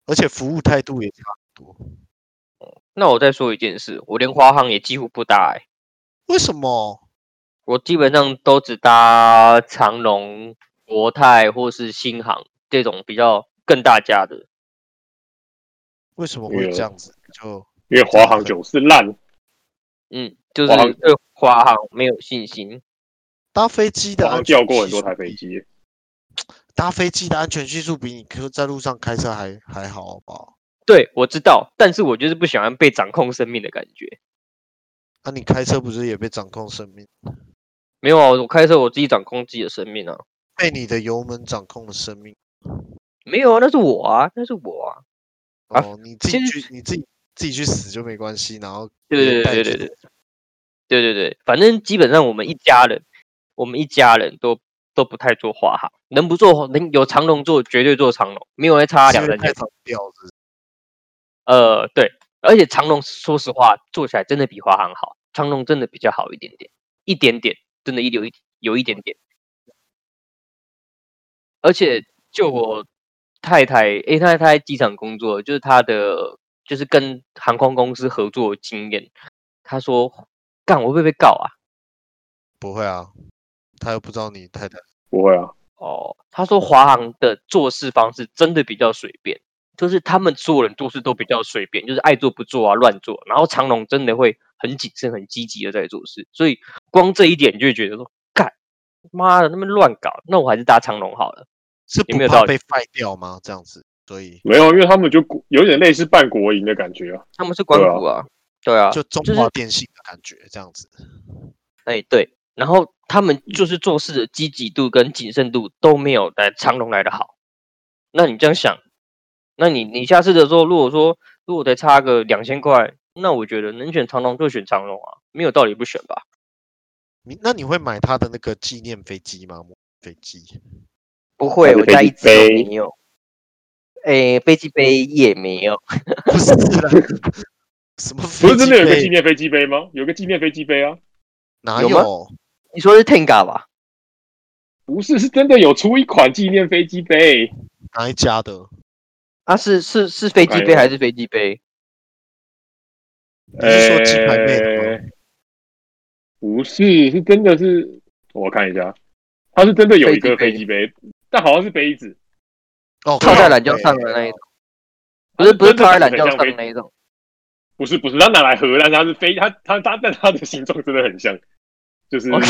S1: 而且服务态度也差很多。
S3: 那我再说一件事，我连华航也几乎不搭、欸，
S1: 为什么？
S3: 我基本上都只搭长龙、国泰或是新航这种比较更大家的。
S1: 为什么会
S4: 啊
S1: 这样子？就
S4: 因为华航九四烂，
S3: 嗯，就
S4: 华航
S3: 是对华航没有信心。
S1: 搭飞机的
S4: 华
S1: 安
S4: 航
S1: 全
S4: 掉过很
S1: 系
S4: 多
S1: 数
S4: 台飞
S1: 比，
S4: 机。
S1: 搭飞机的安全系数比你可在路上开车还还好，好不好？
S3: 对，我知道，但是我就是不喜欢被掌控生命的感觉。
S1: 那、啊你开车不是也被掌控生命，
S3: 没有啊，我开车我自己掌控自己的生命啊。
S1: 被你的油门掌控了生命？
S3: 没有啊，那是我啊，那是我啊。啊
S1: 哦，你自
S3: 其
S1: 己
S3: 实
S1: 去，你自己自己去死就没关系，然后
S3: 对对
S1: 带
S3: 对
S1: 着
S3: 对对对对对对，反正基本上我们一家人，我们一家人都都不太做华航，能不做能有长龙做绝对做长龙，没有人差
S1: 是因
S3: 两
S1: 为
S3: 三
S1: 太
S3: 千。
S1: 常掉了。
S3: 呃，对，而且长龙说实话做起来真的比华航好，长龙真的比较好一点点，一点点，真的一有一有一点点。而且就我太太，诶，她她在机场工作，就是她的就是跟航空公司合作的经验，她说干我会不会被告啊？
S1: 不会啊，他又不知道你太太。
S4: 不会啊，
S3: 哦，他说华航的做事方式真的比较随便，就是他们所有人做事都比较随便，就是爱做不做啊，乱做。然后长龙真的会很谨慎、很积极的在做事，所以光这一点就会觉得说，干妈的那么乱搞，那我还是搭长龙好了。
S1: 是
S3: 有
S1: 不
S3: 没有道
S1: 怕
S3: 理
S1: 被废掉吗？这样子，所以
S4: 没有，因为他们就国有点类似办国营的感觉啊。
S3: 他们是光
S4: 对啊
S3: 谷啊，对啊，
S1: 就中
S3: 就是
S1: 华电信的感觉，这样子。
S3: 哎对，然后他们
S4: 嗯
S3: 就是做事的积极度跟谨慎度都没有来长龙来的好。那你这样想，那你你下次的时候，如果说如果再差个两千块，那我觉得能选长龙就选长龙啊，没有道理不选吧？
S1: 你那你会买他的那个纪念飞机吗？模拟飞机
S3: 不会，
S4: 是
S3: 我
S4: 飞
S3: 家
S4: 机
S3: 一直都
S4: 杯
S3: 没有。哎，飞机杯也没有，
S1: 不是啦， 什么
S4: 不
S1: 飞
S4: 是真
S1: 机
S4: 的有个纪
S1: 杯？
S4: 念飞机杯吗？有个纪念飞机杯啊？
S1: 哪
S3: 有
S1: 有
S3: 吗你说是 Tenga 吧？
S4: 不是，是真的有出一款纪念飞机杯，
S1: 哪一家的？
S3: 啊，是是是飞机
S4: 看一
S3: 杯
S4: 下
S3: 还是飞机杯？
S1: 你是说鸡排妹的吗
S4: 呃不是，是真的是，我看一下，它是真的有一个
S3: 飞
S4: 飞
S3: 机
S4: 机杯，但好像是杯子，
S1: 哦，
S3: 套在
S1: 靠
S3: 懒觉上
S1: 北
S3: 的那一种，不
S4: 它
S3: 是不是
S4: 真的
S3: 套在
S4: 长得
S3: 懒
S4: 啊很
S3: 觉
S4: 像
S3: 上
S4: 飞
S3: 的那一种。
S4: 不是不是，它拿来喝，但是它是飞，它它它，但它的形状真的很像，就是
S3: OK，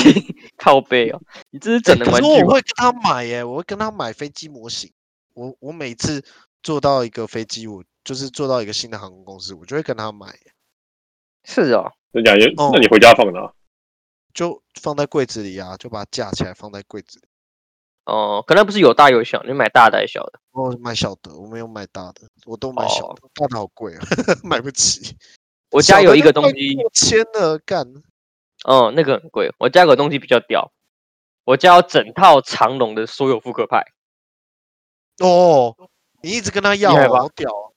S3: 靠背哦，你这
S4: 哎
S3: 是整
S1: 欸
S3: 人
S1: 可
S3: 玩
S1: 是
S3: 具
S1: 我
S3: 吧
S1: 会跟他买耶、我会跟他买飞机模型。我我每次做到一个飞机，我就是做到一个新的航空公司，我就会跟他买耶、
S3: 是哦，
S4: 真假的
S1: 哦
S4: 那你回家放哪？
S1: 就放在柜子里啊，就把它架起来放在柜子里。
S3: 哦，可能不是有大有小，你买大的还是小的？
S1: 我买哦小的，我没有买大的，我都买小
S3: 哦
S1: 的，大的好贵啊， 买不起。
S3: 我家
S1: 小
S3: 有
S1: 的
S3: 一
S1: 就
S3: 个东
S1: 快
S3: 西，
S1: 过千了，干
S3: 哦，那个很贵。我家有个东西比较屌，我家有整套长龙的所有扑克牌。
S1: 哦！你一直跟他要、
S3: 害
S1: 哦，
S3: 吧
S1: 好屌、哦！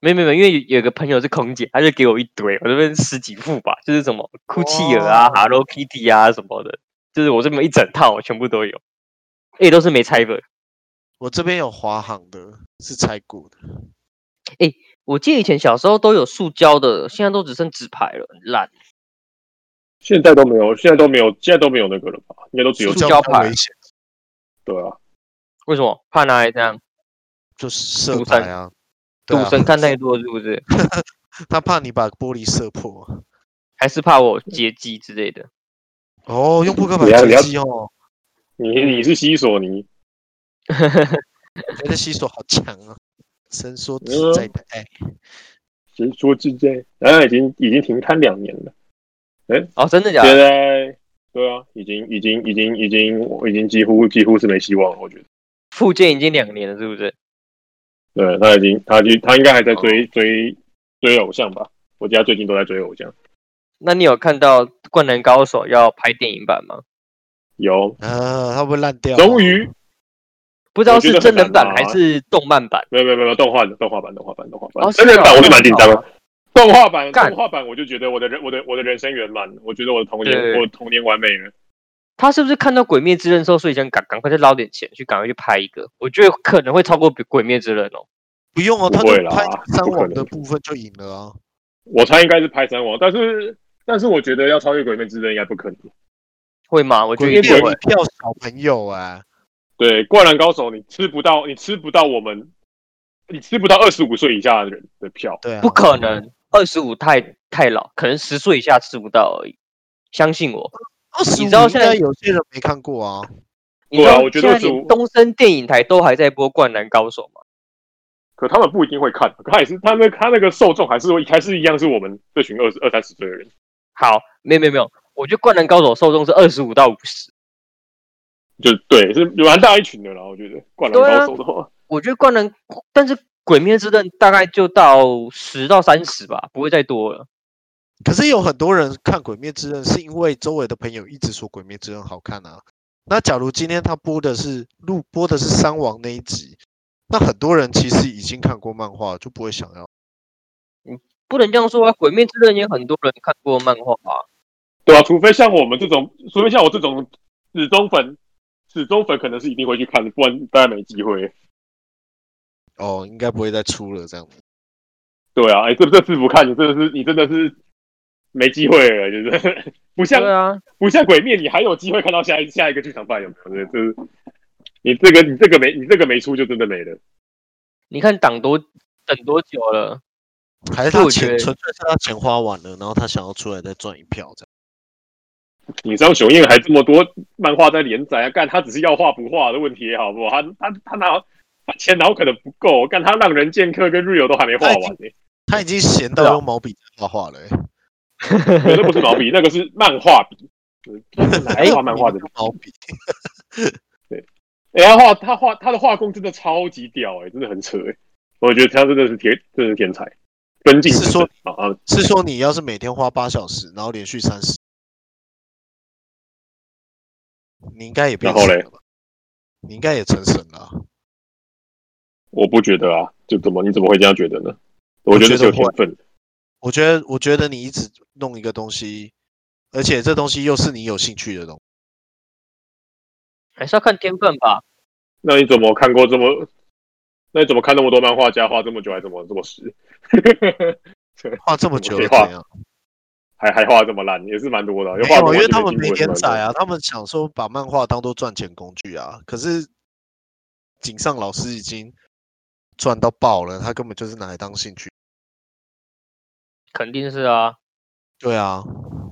S3: 没有没有，因为有有个朋友是空姐，她就给我一堆，我这边十几副吧，就是什么库奇尔啊、
S1: 哦
S3: Hello Kitty 啊什么的，就是我这边一整套我全部都有，哎，都是没拆的。
S1: 我这边有华航的，是拆骨的。
S3: 我记得以前小时候都有塑胶的，现在都只剩纸牌了，很烂。
S4: 现在都没有，现在都没有，现在都没有那个了吧？应该都只有
S1: 塑
S3: 胶
S1: 胶比较
S3: 牌
S1: 危险，
S4: 对啊，
S3: 为什么？怕拿来这样
S1: 就是射
S3: 赌神
S1: 牌啊，对
S3: 赌
S1: 啊
S3: 神看太多是不是？
S1: 他怕你把玻璃射破。
S3: 还是怕我劫机之类的？
S1: 哦，用扑克牌
S4: 你要你
S1: 解
S4: 要
S1: 机哦，
S4: 你你是西索尼，
S1: 我觉得西索好强啊，伸缩自
S4: 嗯
S1: 在哎的爱。
S4: 谁说之间，哎，已经已经停刊两年了。
S3: 哦，真的假
S4: 现
S3: 的？
S4: 在对啊，已经已经已经已经我已经几乎几乎是没希望了，我觉得。
S3: 复健已经两年了，是不是？
S4: 对他已经他就他应该还在
S3: 哦
S4: 追、追追偶像吧？我家最近都在追偶像，
S3: 那你有看到《灌篮高手》要拍电影版吗？
S4: 有
S1: 啊，它会不会烂掉啊？
S4: 终于
S3: 不知道
S4: 我觉
S3: 是
S4: 得
S3: 真
S4: 很
S3: 人
S4: 难
S3: 版
S4: 拿啊
S3: 还是动漫版。
S4: 没有没有没有动画的动画版动画版动画版
S3: 哦
S4: 真人
S3: 是
S4: 版
S3: 哦
S4: 我就蛮紧张的，动画版
S3: 干
S4: 动画版我就觉得我的人我的我的人生圆满，我觉得我的童
S3: 对
S4: 年我童年完美了。
S3: 他是不是看到《鬼灭之刃》之后，所以想赶赶快再捞点钱去赶快去拍一个？我觉得可能会超过《鬼灭之刃》哦。
S1: 不用哦，
S4: 不
S1: 他
S4: 会
S1: 就
S4: 啦
S1: 拍三
S4: 不可
S1: 网
S4: 能
S1: 的部分就赢了啊。
S4: 我猜应该是拍三王，但是但是我觉得要超越《鬼灭之刃》应该不可能。
S3: 会吗？我觉得
S1: 鬼
S3: 一
S1: 灭
S3: 定
S1: 有
S3: 会
S1: 一。票小朋友啊，
S4: 对，《灌篮高手》你吃不到，你吃不到我们，你吃不到二十五岁以下的人的票。
S1: 对啊，
S3: 不可能，二十五太太老，可能十岁以下吃不到而已。相信我，
S1: 二十
S3: 你
S1: 五
S3: 知道
S1: 应
S3: 现在
S1: 该有些人没看过啊。
S3: 你知道
S4: 对啊我觉得
S3: 现在连
S4: 25
S3: 东森电影台都还在播《灌篮高手》吗？
S4: 可他们不一定会看，可他也是他那他那个受众还是会还是一样是我们这群二十二三十岁的人。
S3: 好，没有没有没有，我觉得《灌篮高手》受众是二十五到五十。
S4: 就对，是蛮大一群的啦。我觉得《灌篮高手》的话，
S3: 我觉得《灌篮》，但是《鬼灭之刃》大概就到十到三十吧，不会再多了。
S1: 可是有很多人看《鬼灭之刃》，是因为周围的朋友一直说《鬼灭之刃》好看啊。那假如今天他播的是录播的是三王那一集，那很多人其实已经看过漫画，就不会想要。
S3: 不能这样说啊，《鬼灭之刃》也很多人看过漫画啊。
S4: 对啊，除非像我们这种，除非像我这种死忠粉，死忠粉可能是一定会去看的，不然大家没机会。
S1: 哦，应该不会再出了这样子。
S4: 对啊，哎、这这次不看，你真的是你真的是没机会了，就是 不像、
S3: 对啊，
S4: 不像鬼灭，你还有机会看到下一下一个剧场版有没有？就是你这个你这个没你这个没出就真的没了。
S3: 你看党多等多久了？
S1: 还是
S3: 所以
S1: 他
S3: 我觉
S1: 钱
S3: 得
S1: 纯粹是他钱花完了，然后他想要出来再赚一票这样。
S4: 你上雄彦还这么多漫画在连载啊，干他只是要画不画的问题，好不好？他他他哪他钱哪有可能不够？干他让人剑客跟 Rio 都还没画完呢、
S1: 他已经闲到
S3: 对啊
S1: 用毛笔画画了、欸。
S4: 对那不是毛 笔，那个是漫画笔。嗯
S3: 哎
S4: 哪来画漫画的？
S1: 毛笔，
S4: 哎、他画他画他的画工真的超级屌哎、真的很扯哎、我觉得他真的是天，真的是天才，分镜
S1: 是说
S4: 啊啊，
S1: 是说你要是每天花八小时，然后连续三十，你应该也变
S4: 然后
S1: 神
S4: 嘞
S1: 了吧？你应该也成神了啊、
S4: 我不觉得啊，就怎么你怎么会这样觉得呢？我觉得是有天分，
S1: 我觉得，我觉得你一直弄一个东西，而且这东西又是你有兴趣的东西，
S3: 还是要看天分吧。
S4: 那你怎么看过这么？那你怎么看那么多漫画家画这么久还怎么这么实？
S1: 画这么久
S4: 废
S1: 了
S4: 话
S1: 怎样？
S4: 还还画这么烂，也是蛮多的啊。
S1: 没
S4: 画
S1: 有，
S4: 不完
S1: 因为
S4: 就
S1: 他们
S4: 进步
S1: 没
S4: 也是
S1: 连
S4: 蛮
S1: 载
S4: 多的
S1: 啊，他们想说把漫画当做赚钱工具啊。可是井上老师已经赚到爆了，他根本就是拿来当兴趣。
S3: 肯定是啊，
S1: 对啊，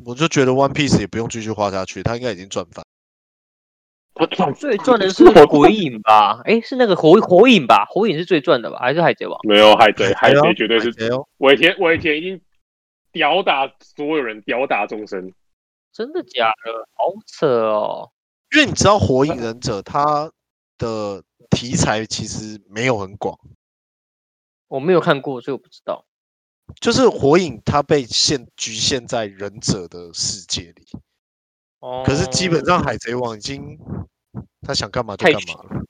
S1: 我就觉得 One Piece 也不用继续画下去，他应该已经赚翻。
S4: 他赚
S3: 最赚 的是火影吧？哎，是那个火火影吧？火影是最赚的吧？还是海贼王？
S4: 没有海贼，海
S1: 哎
S4: 贼
S1: 呦
S4: 绝对啊是
S1: 海贼哦
S4: 尾田，尾田已经吊打所有人，吊打众生。
S3: 真的假的？好扯哦！
S1: 因为你知道《火影忍者》它的题材其实没有很广，
S3: 我没有看过，所以我不知道。
S1: 就是《火影》它被限局限在忍者的世界里，
S3: 哦，
S1: 可是基本上《海贼王》已经他想干嘛就
S3: 太
S1: 干嘛 了。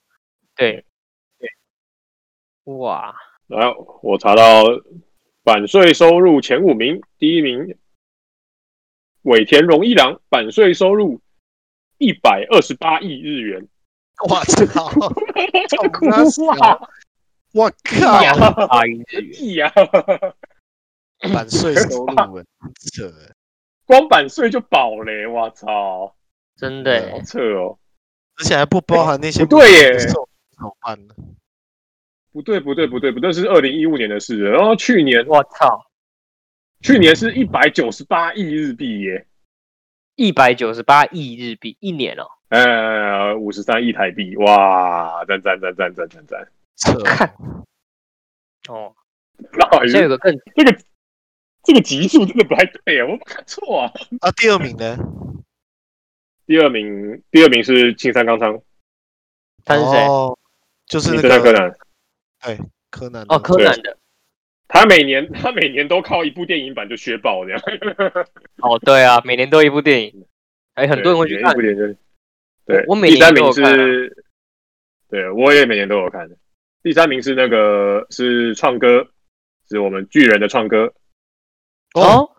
S3: 对对，哦哇，
S4: 然后我查到版税收入前五名，第一名尾田荣一郎，版税收入一百二十八亿日元。
S1: 我操！
S4: 哭
S1: 那小我
S3: 呀
S1: 靠！
S3: 八亿日元，
S4: 亿呀、
S1: 版税收入欸，很扯欸
S4: 光版税就饱嘞、我操，
S3: 真的
S4: 好
S1: 啊
S3: 耶
S4: 扯哦！
S1: 而且还不包含那些
S4: 不对耶
S1: 怎么办呢？
S4: 不对，不对，不对，不对，是二零一五年的事了。然后去年，
S3: 我操，
S4: 去年是一百九十八亿日币耶，
S3: 一百九十八亿日币一年哦，
S4: 呃，五十三亿台币，哇，赞赞赞赞赞赞赞！
S1: 扯
S3: 看哦，
S4: 那
S3: 现在有个更
S4: 这个这个级数真的不太对啊，我看错啊。
S1: 啊！第二名呢？
S4: 第二名，第二名是青山刚昌，
S3: 他是谁？
S1: 哦，就是
S4: 名
S1: 那
S4: 侦探柯
S1: 个
S4: 南。
S1: 柯南
S3: 哦，
S1: 的
S3: 柯南的
S4: 他每年他每年都靠一部电影版就削爆这样，
S3: 哦，对啊，每年都一部电影，哎，很多人会去
S4: 对
S3: 看
S4: 一部。电影就。对，
S3: 我我每
S4: 第三
S3: 年都有
S4: 名
S3: 看啊
S4: 是，对我也每年都有看。第三名是那个是创哥，是我们巨人的创哥，
S1: 哦，
S3: 哦，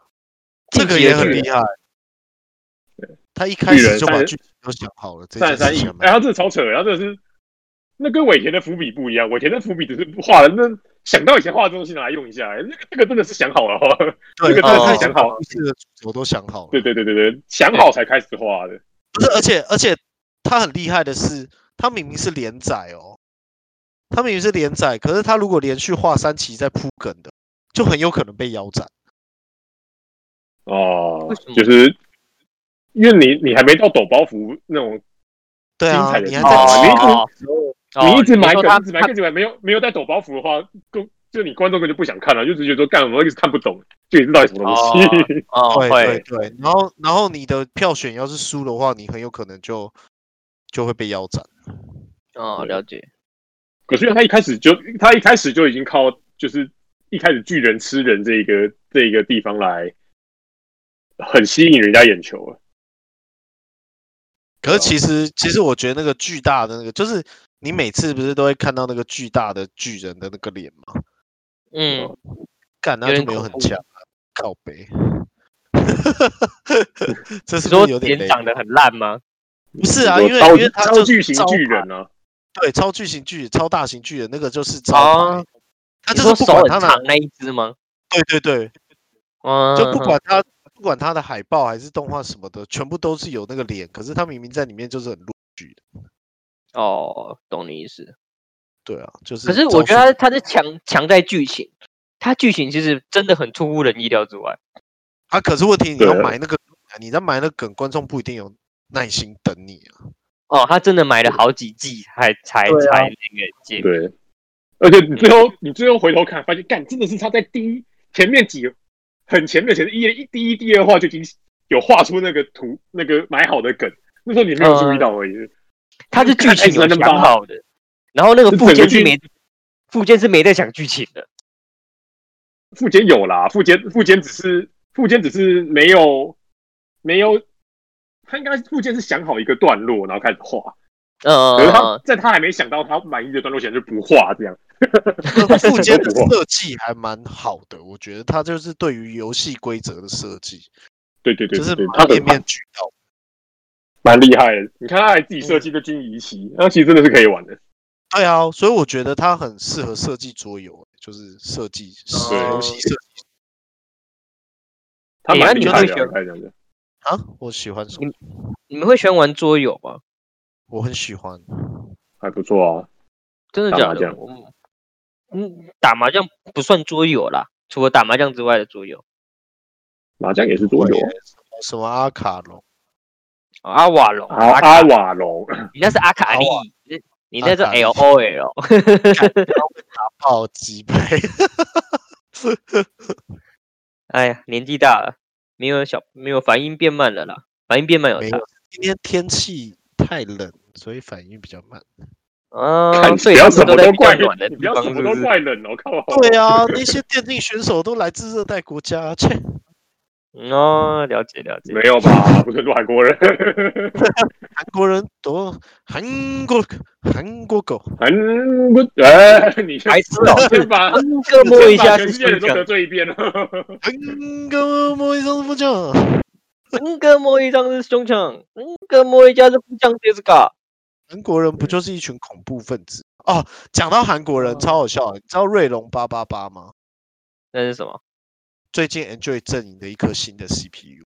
S1: 这
S3: 进
S1: 个
S3: 击
S1: 也
S3: 的巨
S1: 很
S3: 人
S1: 厉害。他一开始就把
S4: 巨人
S1: 剧都想好了，这
S4: 三十
S1: 件事
S4: 三亿
S1: 情，蛮
S4: 哎，他这超扯，他这是那跟尾田的伏笔不一样，尾田的伏笔只是画了，那想到以前画的东西拿来用一下，哎那个那个真的是想好了，好吧？
S1: 对，哦
S4: 这个
S1: 大
S3: 真的
S1: 概
S3: 是
S4: 想好了
S1: 故事的主轴都想好了。
S4: 对对对对对，想好才开始画的，
S1: 不是，而且而且他很厉害的是，他明明是连载哦，他明明是连载，可是他如果连续画三期在铺梗的，就很有可能被腰斩。
S4: 哦
S3: 为什么，
S4: 就是因为你你还没到抖包袱那种，
S1: 对啊，
S4: 精彩的
S1: 你还
S4: 地
S1: 在
S4: 方
S1: 期
S4: 你一
S1: 待
S4: 直
S3: 哦哦
S4: 你一直买
S3: 说
S4: 梗，
S3: 他
S4: 一直买梗，一直买，没有没有带抖包袱的话，就就你观众根本就不想看了，就直接说干，我一直看不懂，就你知道什么东西，
S3: 哦
S1: 对对
S3: 会
S1: 对，然后然后你的票选要是输的话，你很有可能就就会被腰斩。
S3: 哦了解，
S4: 可是他一开始就他一开始就已经靠就是一开始巨人吃人这一个这一个地方来很吸引人家眼球了。
S3: 嗯
S1: 可是其实其实我觉得那个巨大的那个，就是你每次不是都会看到那个巨大的巨人的那个脸吗？
S4: 哦
S3: 嗯，
S1: 干，那
S3: 有
S1: 就
S3: 点
S1: 没有很
S3: 恐怖嗯
S1: 强啊，靠背。 这
S3: 你
S1: 是不
S3: 说
S1: 是有点
S3: 脸
S1: 雷
S3: 长得很烂吗？
S1: 不是啊，
S4: 你
S1: 因
S4: 说
S1: 为
S4: 超
S1: 因为他
S4: 超
S1: 就是
S4: 巨型
S1: 招
S4: 巨
S1: 牌，
S4: 人啊，
S1: 对，超巨型巨人、超大型巨人，那个就是招
S3: 哦
S1: 牌。他
S3: 你
S1: 就
S3: 说
S1: 是啊不
S3: 手
S1: 管
S3: 很
S1: 他
S3: 长
S1: 的，
S3: 那一只吗？
S1: 对对对，
S3: 嗯，
S1: 就不管他不管他的海报还是动画什么的，全部都是有那个脸，可是他明明在里面就是很陆剧的，
S3: 哦，懂你意思。
S1: 对啊，就是。
S3: 可是我觉得他他是强强在剧情，他剧情其实真的很出乎人意料之外。
S1: 啊，可是问题你要
S4: 对
S1: 买那个，你在买那个梗，观众不一定有耐心等你 啊。
S3: 哦，他真的买了好几季才才
S1: 对啊
S3: 才那个结果。
S4: 对，而且你最后你最后回头看，发现干真的是他在第一前面几很前面前一一第一第二话就已经有画出那个图那个买好的梗，那时候你没有注意到而已。
S3: 他是剧情有
S4: 看起来
S3: 想好的，然后那个
S4: 是
S3: 附
S4: 整个
S3: 件是
S4: 剧
S3: 没附件是没在讲剧情的。
S4: 富坚有啦，富坚富坚只是富坚只是没有没有，他应该富坚是想好一个段落，然后开始画，可是他
S3: 呃，
S4: 在他还没想到他满意的段落前就不画这样。
S1: 那个附件的
S4: 不过
S1: 设计还蛮好的，我觉得他就是对于游戏规则的设计，
S4: 对对对
S1: 就是
S4: 对对，他
S1: 蛮
S4: 的
S1: 面面俱到。
S4: 蛮厉害的，你看他还自己设计一个军仪器，那其实真的是可以玩的。
S1: 对啊，所以我觉得它很适合设计桌游，欸就是设计设
S4: 对
S1: 游戏设计
S4: 他
S3: 哎
S4: 蛮
S3: 那你
S4: 厉害
S3: 会
S4: 的
S3: 选
S4: 啊，开这样子。
S1: 啊，我喜欢
S4: 嗯
S1: 什么？
S3: 你们会喜欢玩桌游吗？
S1: 我很喜欢。
S4: 还不错啊。
S3: 真的
S4: 打
S3: 假
S4: 麻
S3: 的
S4: 将？
S3: 我嗯，打麻将不算桌游啦，除了打麻将之外的桌游。
S4: 麻将也是桌游啊
S1: 我也什么什么阿卡龙，
S3: 哦阿瓦隆，
S4: 啊，
S3: 阿
S4: 阿阿瓦隆，
S3: 你那是阿卡
S1: 阿
S3: 丽
S1: 瓦，
S3: 你那是
S1: 阿卡丽
S3: L O L。
S1: 好鸡掰！
S3: 哎呀，年纪大了，没有小没有反应变慢了啦，反应变慢有
S1: 没
S3: 差
S1: 有，今天天气太冷，所以反应比较慢。
S3: 啊
S4: 看，你
S3: 所以
S4: 不要
S3: 他们
S4: 什么
S3: 都
S4: 都
S3: 在比较
S4: 怪，
S3: 暖的
S4: 你
S3: 地
S4: 不要
S3: 方
S4: 什么
S3: 是不
S4: 都
S3: 是？
S4: 怪人哦，靠！
S1: 对 啊，那些电竞选手都来自热带国家， 切，
S3: 嗯哦，了解了解
S4: 没。有吧？不是外国人，
S1: 韩国人多，韩国韩国狗，
S4: 韩国，哎，你
S3: 白痴哦，
S4: 先把
S3: 各 摸一下
S4: 全
S3: 是
S4: 世界人都
S3: 香港
S4: 得，罪一遍 了。
S1: 韩国莫伊桑夫将，
S3: 嗯，各摸一张是胸腔，嗯，各摸一下是不像这啊是嘎。
S1: 韩国人不就是一群恐怖分子哦？讲到韩国人，超好笑的，你知道瑞龙八八八吗？
S3: 那是什么？
S1: 最近 Enjoy 阵营的一颗新的 CPU，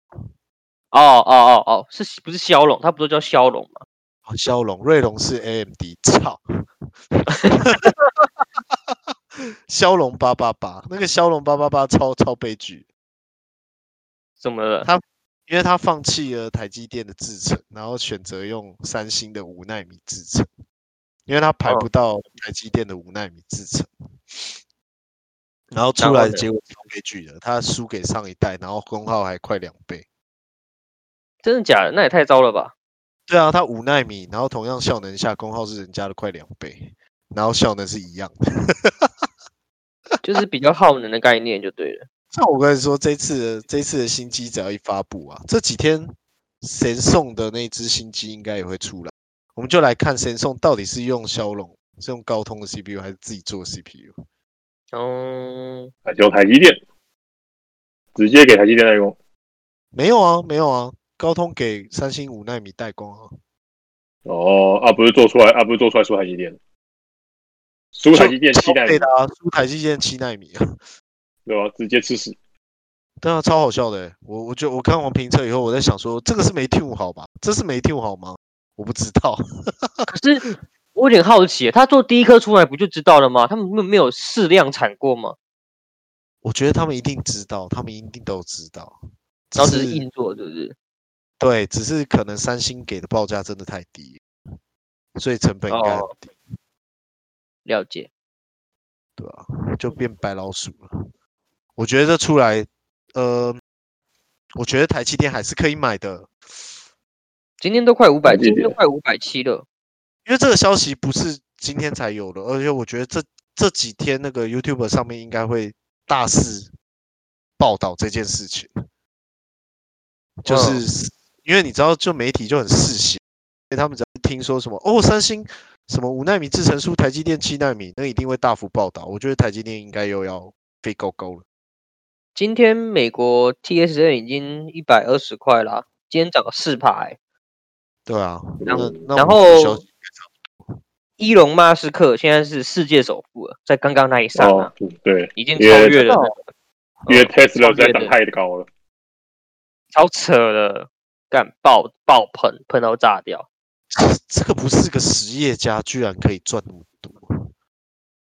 S3: 哦哦哦哦，是不是骁龙？它不是叫骁龙吗？
S1: 啊骁龙，瑞龙是 AMD，操！ 骁龙八八八，那个骁龙八八八超超悲剧，
S3: 怎么了？
S1: 因为他放弃了台积电的制程，然后选择用三星的五纳米制程，因为他排
S3: 哦
S1: 不到台积电的五纳米制程，然后
S3: 然
S1: 出
S3: 后
S1: 来的
S3: 呢
S1: 结果超悲剧的，他输给上一代，然后功耗还快两倍。
S3: 真的假的？那也太糟了吧！
S1: 对啊，它五纳米，然后同样效能下功耗是人家的快两倍，然后效能是一样的。
S3: 就是比较耗能的概念就对了。
S1: 像我跟你说，这次的这次的新机只要一发布啊，这几天神送的那只新机应该也会出来，我们就来看神送到底是用骁龙，是用高通的 CPU 还是自己做的 CPU？
S3: 嗯，
S4: 还是用台积电，直接给台积电代工。
S1: 没有啊，没有啊，高通给三星五纳米代工啊，
S4: 哦，啊，不是做出来，啊，不是做出来输台积电，输台积电七代
S1: 对的啊，输台积电七纳米啊，
S4: 对吧？直接吃屎。
S1: 对啊，超好笑的欸。我我就我看完评测以后，我在想说，这个是没 tune 好吧？这是没 tune 好吗？我不知道，
S3: 可是我有点好奇，他做第一颗出来不就知道了吗？他们没有没有试量产过吗？
S1: 我觉得他们一定知道，他们一定都知道，
S3: 然后只是硬做，对不对？
S1: 对，只是可能三星给的报价真的太低，所以成本应该很
S3: 哦
S1: 低，
S3: 了解。
S1: 对吧、就变白老鼠了。我觉得这出来，呃，我觉得台积电还是可以买的，
S3: 今天都快五百，
S4: 了解
S3: 今天都快五百七了。
S1: 因为这个消息不是今天才有的，而且我觉得这这几天那个 YouTube 上面应该会大肆报道这件事情，
S3: 嗯
S1: 就是、因为你知道，就媒体就很嗜血，因为他们只要听说什么哦，三星什么五纳米制成书，台积电七纳米，那一定会大幅报道。我觉得台积电应该又要飞高高了。
S3: 今天美国 TSM 已经一百二十块啦，今天涨了四趴、欸。
S1: 对啊，
S3: 然后
S4: 哦
S1: 那
S3: 然
S1: 那我们
S3: 后
S1: 消息
S3: 伊隆马斯克现在是世界首富了，在刚刚那一刹那、
S4: 哦，对，
S3: 已经超
S4: 也
S3: 越
S4: 真的
S3: 了那
S4: 哦
S3: 个，
S4: 因为
S3: 嗯
S4: Tesla 实在
S3: 超
S4: 涨
S3: 越的
S4: 太高了，
S3: 超扯了，干爆爆喷喷到炸掉。
S1: 这个不是个实业家，居然可以赚那么多。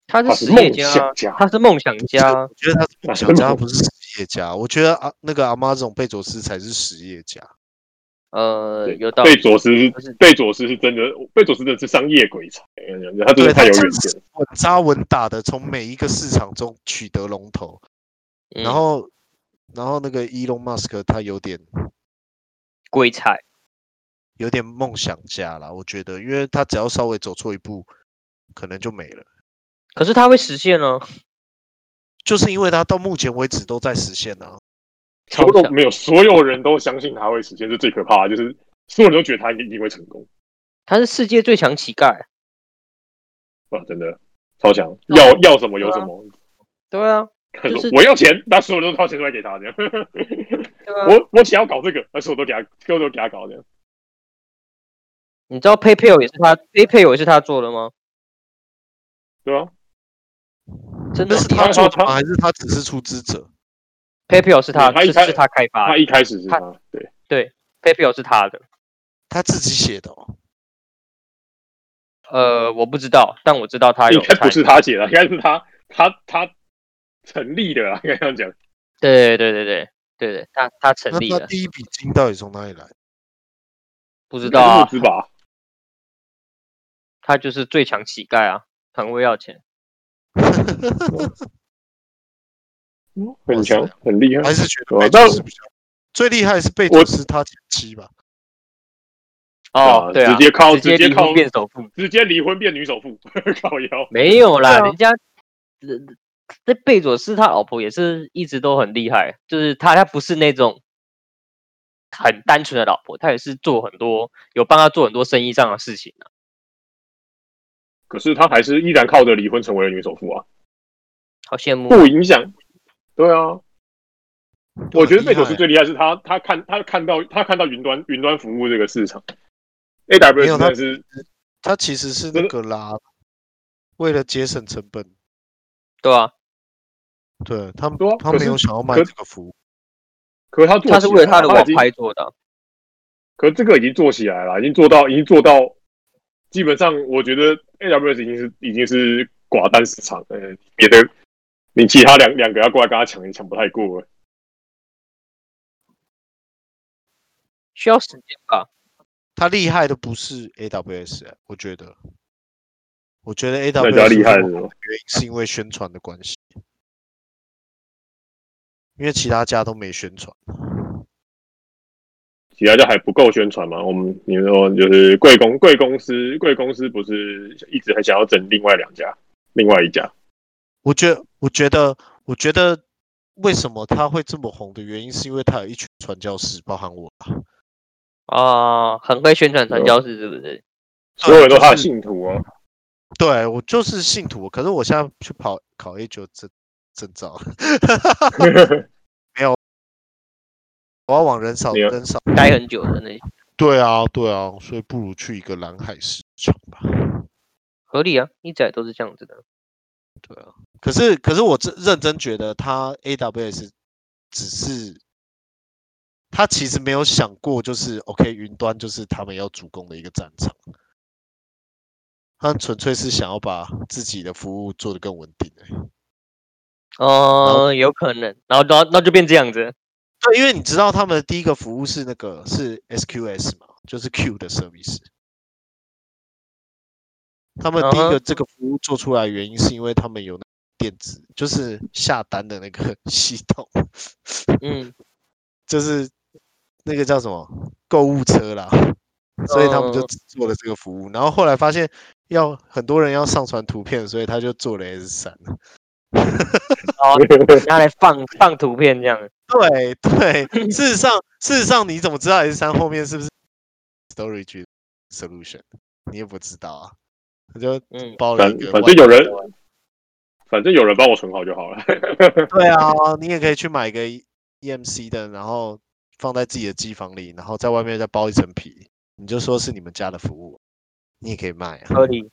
S3: 他
S4: 他
S3: 是
S4: 是
S3: 实业
S4: 梦
S3: 家
S4: 想，家，
S3: 他是梦想家
S1: 我，觉得他
S4: 那
S1: 是
S4: 是
S1: 梦想家，
S4: 梦
S1: 不是实业家。我觉得啊，那个阿妈这种贝佐斯才是实业家。
S3: 呃，
S4: 对
S3: 有道
S4: 贝
S3: 理。
S4: 佐斯
S3: 他是
S4: 贝佐斯是真的，贝佐斯真的是商业鬼才，我跟你讲他真
S1: 对
S4: 的
S1: 他
S4: 太有
S1: 真
S4: 远
S1: 的
S4: 见
S1: 是稳扎稳打的，从每一个市场中取得龙头。
S3: 嗯
S1: 然后，然后那个 Elon Musk 他有点
S3: 鬼才，
S1: 有点梦想家啦，我觉得，因为他只要稍微走错一步，可能就没了。
S3: 可是他会实现哦，
S1: 就是因为他到目前为止都在实现啊，
S3: 超
S4: 所有
S3: 强。
S4: 没有所有人都相信他会实现，这最可怕的就是所有人都觉得他一定会成功
S3: 他是世界最强乞丐。
S4: 啊，真的超强，要要什么有什么。
S3: 哦对啊，
S4: 他说
S3: 就是嗯
S4: 我要钱，那所有人都掏钱出来给他这样。
S3: 对啊。
S4: 我我想要搞这个，那所有都给他，所有都给他搞这样。
S3: 你知道 PayPal 也是他，PayPal 也是他做的吗？
S4: 对啊，
S3: 真的
S1: 那
S3: 很
S1: 是他做
S4: 他
S3: 厉害
S1: 的
S4: 他
S1: 吗？还是他只是出资者？
S3: PayPal 是他，
S4: 他
S3: 是
S4: 一开
S3: 是他开发
S4: 他
S3: 的
S4: 一开始是他，对，
S3: ，PayPal 是他的。
S1: 他自己写的哦。
S3: 呃，我不知道，但我知道他有
S4: 应该
S3: 参
S4: 不
S3: 与。
S4: 是他写的，应该是他他他成立的啊，应该这样讲。
S3: 对对对对对对，他他成
S1: 那
S3: 立
S1: 他
S3: 了，
S1: 第一笔金到底从哪里来？
S3: 不知
S4: 知
S3: 道啊，
S4: 募资吧？
S3: 他就是最强乞丐啊，很会要钱。
S4: 很强，很厉害
S1: 还。是觉得
S4: 我
S1: 贝
S4: 倒
S1: 佐斯比较最厉害是贝佐
S4: 哦我
S1: 斯他前妻吧？
S3: 哦，对啊，
S4: 直接靠
S3: 直
S4: 直接
S3: 离
S4: 靠
S3: 婚变首富，
S4: 直接离婚变女首富， 靠腰。
S3: 没有啦，
S4: 对啊
S3: 人家呃这贝佐斯他老婆也是一直都很厉害，就是他他不是那种很单纯的老婆，他也是做很多有帮他做很多生意上的事情啊。
S4: 可是他还是依然靠着离婚成为了女首富啊，
S3: 好羡慕
S4: 不影响。对啊，我觉得贝
S1: 贝
S4: 佐斯最厉害是他，他看他看到他看到云端云端服务这个市场，AWS
S1: 没有
S4: 真
S1: 他
S4: 的是
S1: 他其实是
S4: 真
S1: 那
S4: 的
S1: 个啦，为了节省成本，
S3: 对啊，
S1: 对他们
S4: 对啊
S1: 他
S4: 可
S1: 没
S4: 是
S1: 有想要卖
S4: 可
S1: 这个服务，
S4: 可是他做
S3: 他是
S4: 起
S3: 为了
S4: 来
S3: 他的网
S4: 已经
S3: 拍做的啊。
S4: 可是这个已经做起来了，已经做到，已经做到，基本上我觉得 AWS 已经是已经是寡单市场，呃，别的你其他两两个要过来跟他抢，也抢不太过了。
S3: 需要时间吧？
S1: 他厉害的不是 AWS，、欸、我觉得，我觉得
S4: 那家
S1: AWS
S4: 厉害
S1: 做
S4: 了
S1: 好，原因是因为宣传的关系，因为其他家都没宣传，
S4: 其他家还不够宣传嘛？我们你说就是贵公贵公司贵公司不是一直很想要整另外两家，另外一家
S1: 我觉得，我觉得，我觉得。为什么他会这么红的原因，是因为他有一群传教士，包含我吧。
S3: 啊，很会宣传传
S4: 对
S3: 教士是不是？
S4: 所有人都是他
S1: 就
S4: 的
S1: 是
S4: 信徒 哦。
S1: 对我就是信徒，可是我现在去跑考 A 九证证照，我要往人少
S4: 你要
S1: 人少
S3: 待很久的那
S1: 对啊，对啊，所以不如去一个蓝海市场吧。
S3: 合理啊，一直以来都是这样子的。
S1: 对啊，可是可是我真认真觉得他 AWS 只是他其实没有想过，就是 OK 云端就是他们要主攻的一个战场，他纯粹是想要把自己的服务做得更稳定、欸。
S3: 哦，有可能，然后然后那就变这样子。
S1: 对，因为你知道他们的第一个服务是那个是 SQS 嘛，就是 Q 的 service。他们第一
S3: 嗯
S1: 个
S3: 哼
S1: 这个服务做出来，原因是因为他们有那电子，就是下单的那个 系统，
S3: 嗯，
S1: 就是那个叫什么购物车啦，所以他们就
S3: 嗯
S1: 只做了这个服务。然后后来发现要很多人要上传图片，所以他就做了 S 三。
S3: 好，拿来放放图片这样。
S1: 对 对，事实上，事实上，你怎么知道 S 三后面是不是 storage solution？你也不知道啊，他就
S3: 嗯，
S1: 包了
S4: 反
S1: 一个
S4: 反
S1: 外
S4: 正有
S1: 包
S4: 人，反正有人帮我存好就好了。
S1: 对啊，你也可以去买个 EMC 的，然后放在自己的机房里，然后在外面再包一层皮，你就说是你们家的服务，你也可以卖啊。
S3: 合理，
S1: 对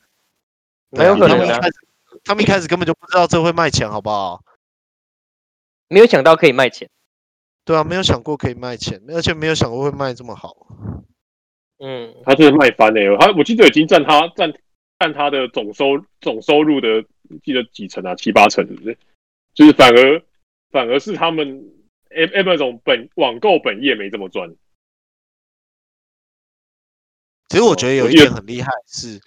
S3: 蛮呃有
S1: 啊
S3: 可
S1: 他
S3: 能
S1: 们一
S3: 的啊
S1: 开。始，他们一开始根本就不知道这会卖钱，好不好？
S3: 没有想到可以卖钱。
S1: 对啊，没有想过可以卖钱，而且没有想过会卖这么好。
S3: 嗯，
S4: 他真的卖翻了、欸，他我记得已经占他占占他的总收总收入的，记得几成啊，七八成是不是？就是反而反而是他们 A Amazon 本网购本业没这么赚，
S1: 其实我觉得有
S4: 我
S1: 一
S4: 记得
S1: 点很厉害是，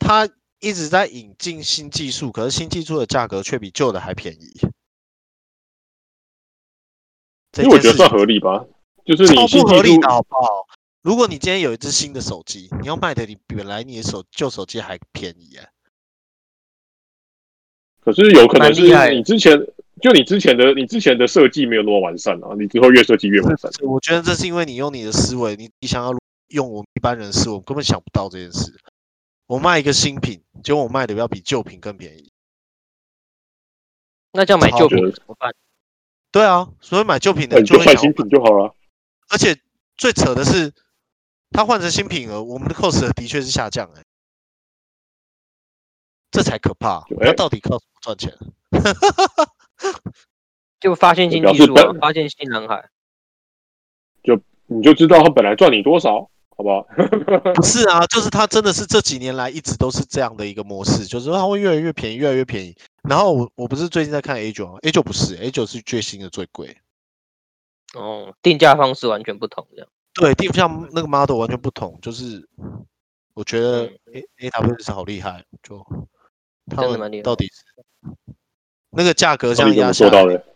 S1: 它一直在引进新技术，可是新技术的价格却比旧的还便宜。这
S4: 因为我
S1: 件事
S4: 觉得算
S1: 情
S4: 合理吧。就是你
S1: 超
S4: 新
S1: 不
S4: 技
S1: 合理
S4: 术
S1: 的，好不好？如果你今天有一只新的手机，你要卖的你本来你的手旧手机还便宜啊，
S4: 可是有可能
S3: 蛮厉害
S4: 是
S3: 的
S4: 你之前就你之前的你之前的设计没有那么完善啊，你之后越设计越完善。
S1: 这我觉得这是因为你用你的思维，你你想要用我们一般人的思维，我们根本想不到这件事。我卖一个新品，结果我卖的要比旧品更便宜。
S3: 那这样买
S1: 超
S3: 旧
S4: 觉
S3: 品
S4: 得
S3: 怎么办？
S1: 对啊，所以买旧品的
S4: 那哦你就
S1: 会想
S4: 换
S1: 要
S4: 新品就好了。
S1: 而且最扯的是，它换成新品额，我们的 cost 的确是下降哎、这才可怕
S4: 对。
S1: 它到底靠什么赚钱？
S3: 就发现新
S4: 表
S3: 技
S4: 示
S3: 术啊
S4: 本，
S3: 发现新蓝海。
S4: 你就知道他本来赚你多少，好不好？
S1: 不是啊，就是它真的是这几年来一直都是这样的一个模式，就是它会越来越便宜，越来越便宜。然后我我不是最近在看 A 九啊 a 九不是欸 A 九是最新的最贵，
S3: 哦，定价方式完全不同，这样
S1: 对，地像那个 model 完全不同，就是我觉得
S3: 嗯
S1: A A W 是好厉害，就他
S3: 真的蛮厉
S1: 们
S3: 害
S1: 到底是那个价格这
S4: 到底
S1: 样
S4: 怎
S1: 压下
S4: 么做
S1: 来
S4: 到，的？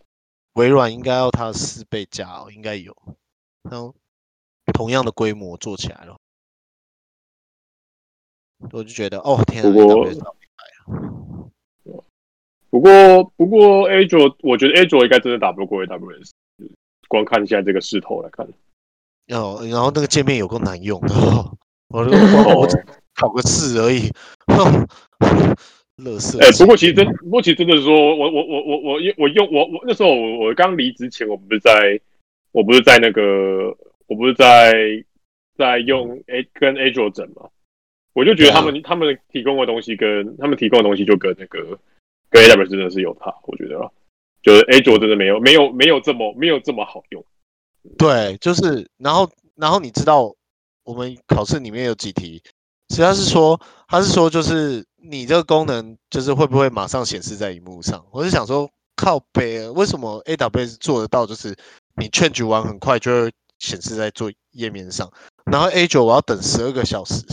S1: 微软应该要它的四倍价哦，应该有。然后同样的规模做起来了，我就觉得哦天啊
S4: 不过
S1: ，AWS 好厉
S4: 不过不过 A 九，我觉得 A 九应该真的打不过 AWS。光看现在这个势头来看，
S1: 害哦，然后那个界面有够难用的，哦、我就 我我
S4: 哦
S1: 只考个试而已， 哼，乐色。
S4: 哎、不过其实真，不过其实真的说，我我我我我我用我我那时候我我刚离职前，我不是在，我不是在那个，我不是在在用 A 跟 A 九整嘛，我就觉得他们、他们提供的东西跟他们提供的东西就跟那个跟 AWS 真的是有差，我觉得啦，啊就是 A 九真的没有没有没有这么没有这么好用，
S1: 对，就是，然后，然后你知道我们考试里面有几题，实际上是说，他是说就是你这个功能就是会不会马上显示在荧幕上？我是想说，靠北啊，为什么 AWS 做得到？就是你劝举完很快就会显示在做页面上，然后 A 九我要等十二个小时。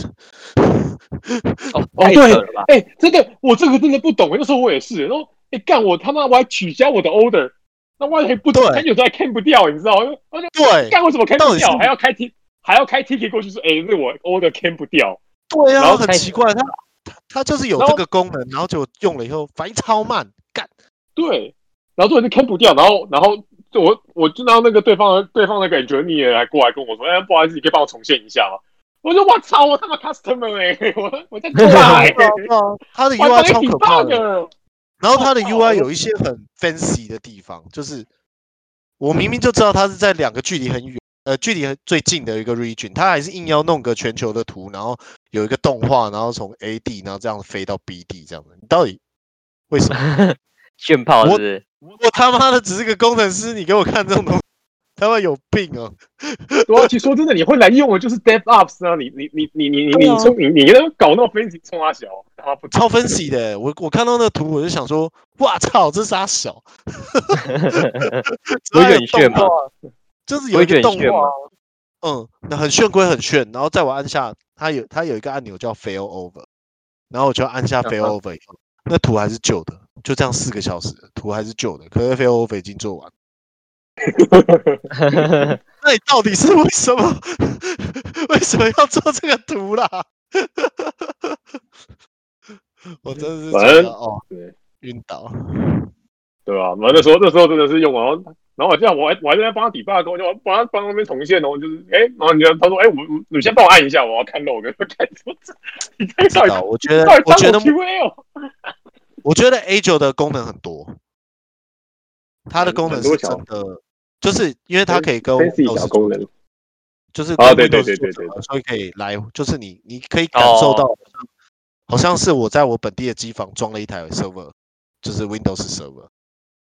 S3: 哦，
S4: 哦
S3: 太
S4: 对
S3: 扯了吧？
S4: 哎、这个我这个真的不懂、欸那时候我也是，然后哎干、我他妈我还取消我的 order，那我还不
S1: 对
S4: 有时候还 can 不掉，你知道吗？我就
S1: 对，
S4: 干我怎么开
S1: 到
S4: 不
S1: 底是
S4: 掉？还要开 T，还要开 T K 过去说，哎、那我 order can 不掉。
S1: 对
S4: 然
S1: 啊，
S4: 后
S1: 很
S3: 太
S1: 奇怪，他他他就是有
S4: 然
S1: 这
S4: 后
S1: 个功能，然后就用了以后反应超慢，干，
S4: 对，然后重点是 can 不掉，然后然后就我我知道那个对方对方那个 engineer 还过来跟我说，哎、不好意思，你可以帮我重现一下吗？我说我操，我他妈 customer 哎、我我在做啊、
S1: 哎
S4: 欸，
S1: 他的
S4: 我还
S1: UI
S4: 帮
S1: 超
S4: 你
S1: 可
S4: d
S1: 怕
S4: e
S1: 的。
S4: 的。
S1: 然后它的
S4: 哦
S1: UI 有
S4: 我
S1: 一些很 fancy 的地方，就是我明明就知道它是在两个距离很远呃距离最近的一个 region，他还是硬要弄个全球的图，然后有一个动画，然后从 A 地，然后这样飞到 B 地这样子，你到底为什么？
S3: 炫炮是不是？
S1: 我他妈的只是个工程师，你给我看这种东西，他妈有病哦！
S4: 对啊，其实说真的，你会来用的就是 DevOps 啊，你你你你你你
S1: 对啊
S4: 你冲你你那搞那种分析冲啊小，他妈不
S1: 超分析的，欸我我看到那个图我就想说，哇操，这啥 小？
S3: 不会觉得很炫吗
S1: 吗？就是有
S3: 不
S1: 一
S3: 会觉
S1: 个
S3: 得
S1: 动
S3: 很炫
S1: 画
S3: 吗
S1: 啊，嗯，那很炫归很炫，然后在我按下它有它有一个按钮叫 fail over，然后我就按下
S4: 嗯
S3: 哼
S1: fail over 以后，那图还是旧的，就这样四个小时图还是旧的，可是 fail over 已经做完了，
S4: 哦
S1: 那你到底是为什么 为什么要做这个图啦？ 我真的是
S4: 反
S1: 觉得
S4: 正
S1: 哦
S4: 对，
S1: 晕倒。
S4: 对啊，然后那时候那时候真的是用完，然后然后我记得我还我还在那帮他底 bug，我就帮他帮他那边重现哦，就是哎，然后你就他说哎，我我你先帮我按一下，我要看 log，看什么？你看到
S1: 知
S4: 底
S1: 道，我觉得
S4: 到底，
S1: 我
S4: 当
S1: 觉得
S4: 我 QA 哦？
S1: 我觉得 A 九的功能很多，它的功能是真
S4: 嗯很
S1: 的，就是因为它可以跟
S4: 分析一
S1: Windows
S4: 下功能，
S1: 就是
S4: 啊
S1: 跟
S4: 对对
S1: Windows
S4: 对对
S1: 做
S4: 对哦
S1: 什么所以可以来，就是你你可以感受到好像，好像是我在我本地的机房装了一台 server，就是 Windows server。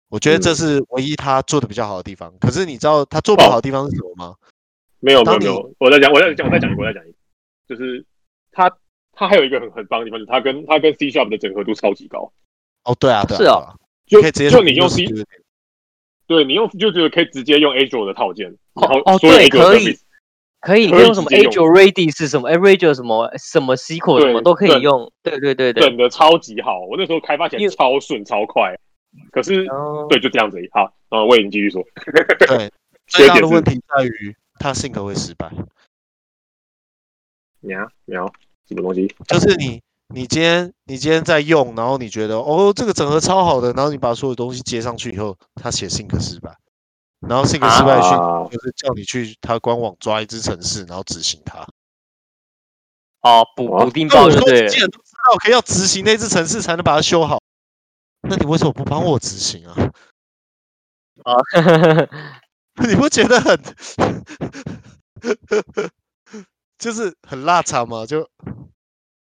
S1: 我觉得这
S4: 嗯
S1: 是唯一它做的比较好的地方。可是你知道它做不
S4: 哦
S1: 好的地方是什么吗？
S4: 没有没
S1: 当
S4: 有
S1: 你
S4: 没有，我在讲我在讲我在讲一个我在讲一个，就是他他还有一个很很棒的地方，就是他跟他跟 C Sharp 的整合度超级高。
S1: 哦，对啊，对啊，
S3: 是
S1: 对
S3: 哦
S1: 啊，
S4: 就
S1: 可以直接
S4: 就
S1: 从
S4: 你用
S1: Windows
S4: C，
S1: security
S4: 对你用就觉得可以直接用 Azure 的套件，
S3: 哦
S4: 然后
S3: 哦
S4: 所有
S3: 对
S4: Azure 的
S3: 可以
S4: service，
S3: 可以，你
S4: 可
S3: 可
S4: 以
S3: 以用什么
S4: 直接
S3: a
S4: 用
S3: g e Ready 是什么 a r a d i o 什么什么 SQL
S4: 对
S3: 什么都可以
S4: 对
S3: 用，对对对对。
S4: 整的超级好。我那时候开发起
S3: 因
S4: 来
S3: 为
S4: 超顺超快，可是
S3: 然后
S4: 对就这样子而已。好，然后我已经继续说，
S1: 对，最
S4: 缺
S1: 大
S4: 点
S1: 的
S4: 是
S1: 问题在于它 sync 会失败。
S4: 喵喵什么东西？
S1: 就是你你今天你今天在用，然后你觉得哦这个整合超好的，然后你把所有东西接上去以后，它写 sync 失败，然后 sync 失败去、
S4: 啊
S1: 就是叫你去它官网抓一只城市，然后执行它。
S3: 哦，补
S4: 哦
S3: 补丁
S1: 那
S3: 包
S1: 我
S3: 就
S1: 说
S3: 对
S1: 你
S3: 了。
S1: 既然都知道可以要执行那只城市才能把它修好，那你为什么不帮我执行啊？
S4: 啊
S1: 你不觉得很就是很辣场吗？就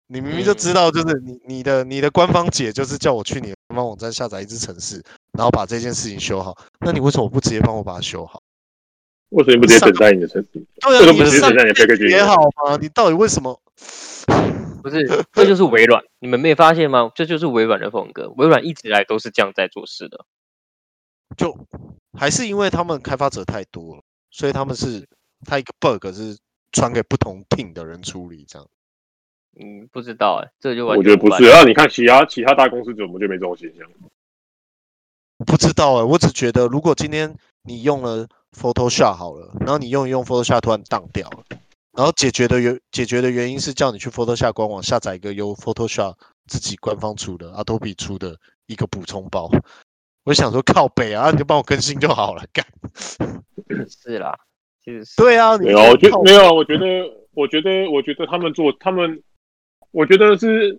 S1: 你明明就知道，
S3: 嗯
S1: 就是你你的你的官方解就是叫我去你的官方网站下载一只程式，然后把这件事情修好，那你为什么不直接帮我把它修好？
S4: 为什么你不直接等待你的程序？
S1: 对
S4: 为
S1: 啊，
S4: 什
S1: 你
S4: 么不直接
S1: 上
S4: 等待你的 package
S1: 也好吗？你到底为什么？
S3: 不是，这就是微软，你们没发现吗？这就是微软的风格，微软一直以来都是这样在做事的。
S1: 就还是因为他们开发者太多了，所以他们是他一个 bug 是传给不同 team 的人处理这样。
S3: 嗯，不知道哎、这就完
S4: 我觉
S3: 全
S4: 得不
S3: 无关
S4: 是。啊，你看其他其他大公司怎么就没这种现象？
S1: 我不知道哎、我只觉得如果今天你用了 Photoshop 好了，然后你用一用 Photoshop 突然当掉了，然后解决的原解决的原因是叫你去 Photoshop 官网下载一个由 Photoshop 自己官方出的 Adobe 出的一个补充包。我想说靠北啊，你就帮我更新就好了，干。
S3: 是啦，其实是
S1: 对啊，你
S4: 没有，我觉
S1: 靠
S4: 没有，我觉得，我觉得，我觉得他们做他们，我觉得是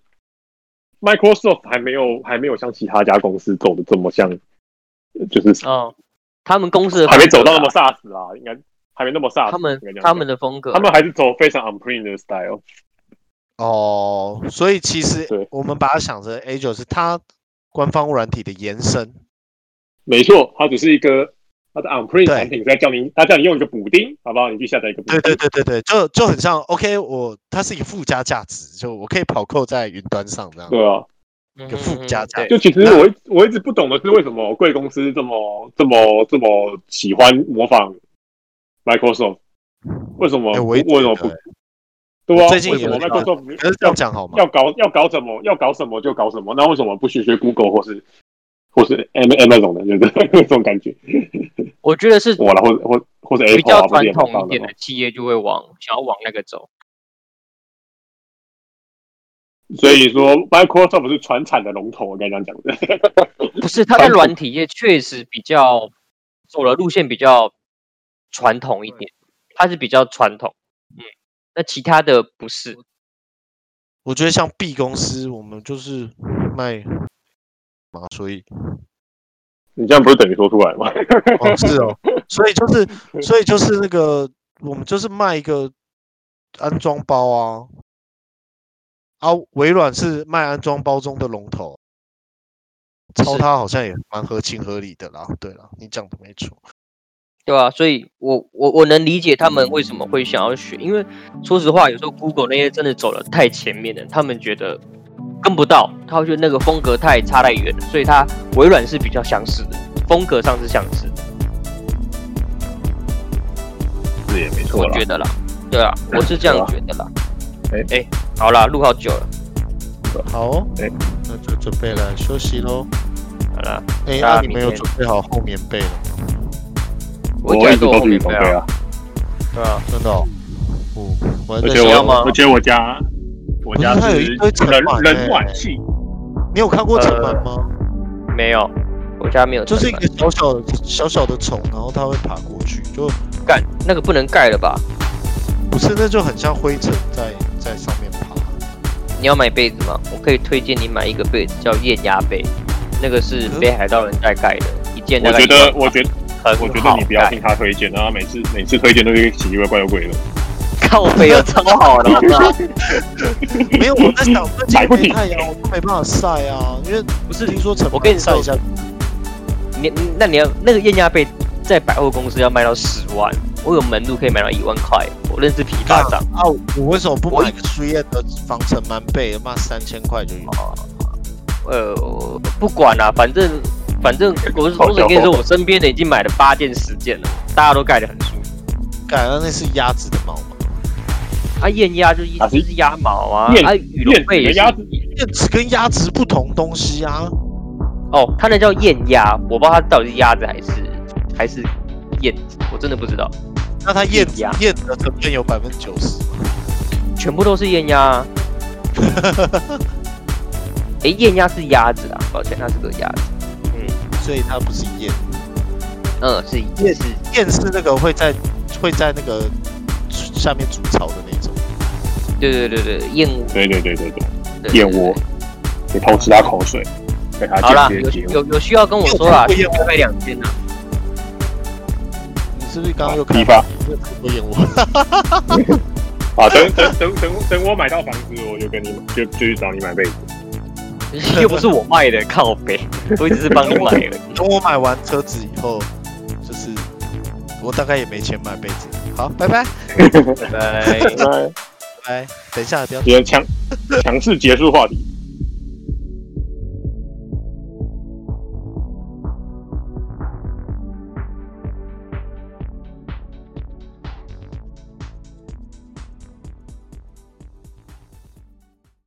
S4: Microsoft 还没有还没有像其他家公司走的这么像，就是
S3: 哦，他们公司的
S4: 还没
S3: 风格
S4: 走到那
S3: 啦
S4: 么 SaaS 啊，应该还没那么 SaaS
S3: 他们
S4: 应该这样讲。
S3: 他们的风格，
S4: 他们还是走非常 on print 的 style。
S1: 哦，所以其实
S4: 对
S1: 我们把它想成 A 九是它官方软体的延伸，
S4: 没错，它只是一个它的 on print
S1: 对
S4: 产品在叫你，它叫你用一个补丁，好不好？你去下载一个补
S1: 对
S4: 丁。
S1: 对对对对，就就很像 OK，我它是一个附加价值，就我可以跑扣在云端上这样。
S4: 对啊，
S3: 嗯
S1: 有
S3: 哼
S1: 附
S3: 哼
S1: 加价
S3: 对
S4: 就其实我一我一直不懂的是为什么贵公司这么这么这么喜欢模仿 Microsoft，为什么、
S1: 哎我
S4: 为
S1: 也
S4: 什么
S1: 觉
S4: 不
S1: 得？
S4: 对啊，
S1: 最近
S4: 为什么
S1: 有一个
S4: Microsoft
S1: 可是这样讲好吗？
S4: 要搞要搞什么要搞什么就搞什么？那为什么不学学 Google 或是或是 M M 那种的，就是 这种感觉？
S3: 我觉得是
S4: 哇，然后或或或是
S3: 比
S4: Apple
S3: 较
S4: 啊，不是也蛮
S3: 传统一
S4: 棒的
S3: 点
S4: 吗
S3: 的？企业就会往想要往那个走。
S4: 所以说 Microsoft 是传产的龙头，我刚刚讲 的。
S3: 不是，它在软体业确实比较走的路线比较传统一点，它是比较传统。嗯，那其他的不是，
S1: 我觉得像 B 公司，我们就是卖嘛，所以
S4: 你这样不是等于说出来吗？
S1: 哦是哦，所以就是所以就是那个我们就是卖一个安装包啊，啊，微软是卖安装包中的龙头，抄
S3: 是
S1: 它好像也蛮合情合理的啦。对啦，你讲的没错。
S3: 对吧、所以我我我能理解他们为什么会想要选，因为说实话，有时候 Google 那些真的走的太前面了，他们觉得跟不到，他会觉得那个风格太差太远了，所以它微软是比较相似的，风格上是相似的，
S4: 是也没错
S3: 我
S4: 啦
S3: 觉。得啦，对啊，我是这样
S4: 对啊
S3: 觉得啦。
S4: 哎
S3: 哎、好啦，录好久了，
S1: 好、哦，
S4: 哎
S1: 那就准备来休息喽。
S3: 好啦，
S1: 哎、
S3: 大家
S1: 那你
S3: 明
S1: 们有
S3: 天
S1: 准备好厚棉被了吗？
S4: 我
S3: 讲
S4: 一直
S3: 说我
S4: 都
S3: 后
S4: 是
S3: 面
S4: 防
S3: 没
S4: 备
S3: 有，
S4: 啊，
S3: 对啊，
S1: 真的、哦？嗯，我还
S4: 而
S1: 在
S4: 且
S1: 想
S3: 要吗
S4: 我而且我家我家
S1: 不是它有
S4: 是
S1: 一堆层
S4: 冷
S1: 板欸
S4: 冷暖气，
S1: 你有看过城门
S3: 呃
S1: 吗？
S3: 没有，我家没有成
S1: 就是
S3: 本，
S1: 一个小小的小小的虫，然后它会爬过去，就
S3: 干那个不能盖了吧？
S1: 不是那就很像灰尘在在上面爬。
S3: 你要买被子吗？我可以推荐你买一个被子，叫液压被，那个是
S1: 嗯
S3: 北海道人在盖的，一件大
S4: 我
S3: 概
S4: 觉
S3: 一万
S4: 得
S3: 八
S4: 我觉得
S3: 很
S4: 我觉得你不要
S3: 好
S4: 听他推荐，然后每次每次推荐都是一个奇奇怪怪的鬼的，
S3: 盖靠背有超好的，好不好？
S1: 没有，我在想最近
S4: 买不
S1: 没
S4: 起
S1: 太阳，我都没办法晒啊，因为
S3: 不是
S1: 听说城
S3: 我跟
S1: 门
S3: 你
S1: 晒
S3: 说
S1: 一下，
S3: 你你那你要那个液压被在百货公司要卖到十万，我有门路可以买到一万块，我认识琵琶长。
S1: 啊，我为什么不
S3: 我
S1: 买个苏叶的防尘螨被？妈三千块就
S3: 哦
S1: 有。
S3: 呃，我不管啦、反正反正我是我只跟你说，我身边的已经买了八件十件了，大家都盖得很舒服。
S1: 感恩那是鸭子的毛嘛，
S3: 啊，燕鸭就是一
S4: 啊
S3: 就是鸭毛啊，
S4: 燕
S3: 啊，
S4: 燕
S3: 羽绒
S4: 子
S3: 被也
S4: 的
S3: 是
S4: 鸭子
S1: 燕子跟鸭子不同东西啊。
S3: 哦，它那叫燕鸭，我不知道它到底是鸭子还是还是燕子，我真的不知道，
S1: 那它燕子
S3: 鸭
S1: 燕子的成分有百分之九十，
S3: 全部都是燕鸭、 啊。哎、燕鸭是鸭子啊，抱歉，它是个鸭子。
S1: 所以它不是燕。
S3: 嗯，是
S1: 燕
S3: 也是
S1: 燕是那个会在会在那个下面筑巢的那种。
S3: 对对对对，燕窝。
S4: 对对对对对，
S3: 对
S4: 燕窝。你偷吃他口水，被他
S3: 好啦，
S4: 间
S3: 有
S4: 接结尾。
S3: 有有需要跟我说啦，
S1: 因为
S3: 去
S1: 我
S3: 开两啊间 啦。
S1: 你是不是刚刚又
S4: 好
S3: 哦
S1: 看
S4: 批发
S1: 你又看过燕窝？
S4: 啊，等等等等等我买到房子，我就跟你就就去找你买被子。
S3: 又不是我卖的，靠背，我只是帮你买 的。
S1: 等我买完车子以后，就是我大概也没钱买被子。好，拜拜
S3: 拜拜。
S4: 拜拜
S1: 拜。等一下，不要
S4: 今天强强势结束话题。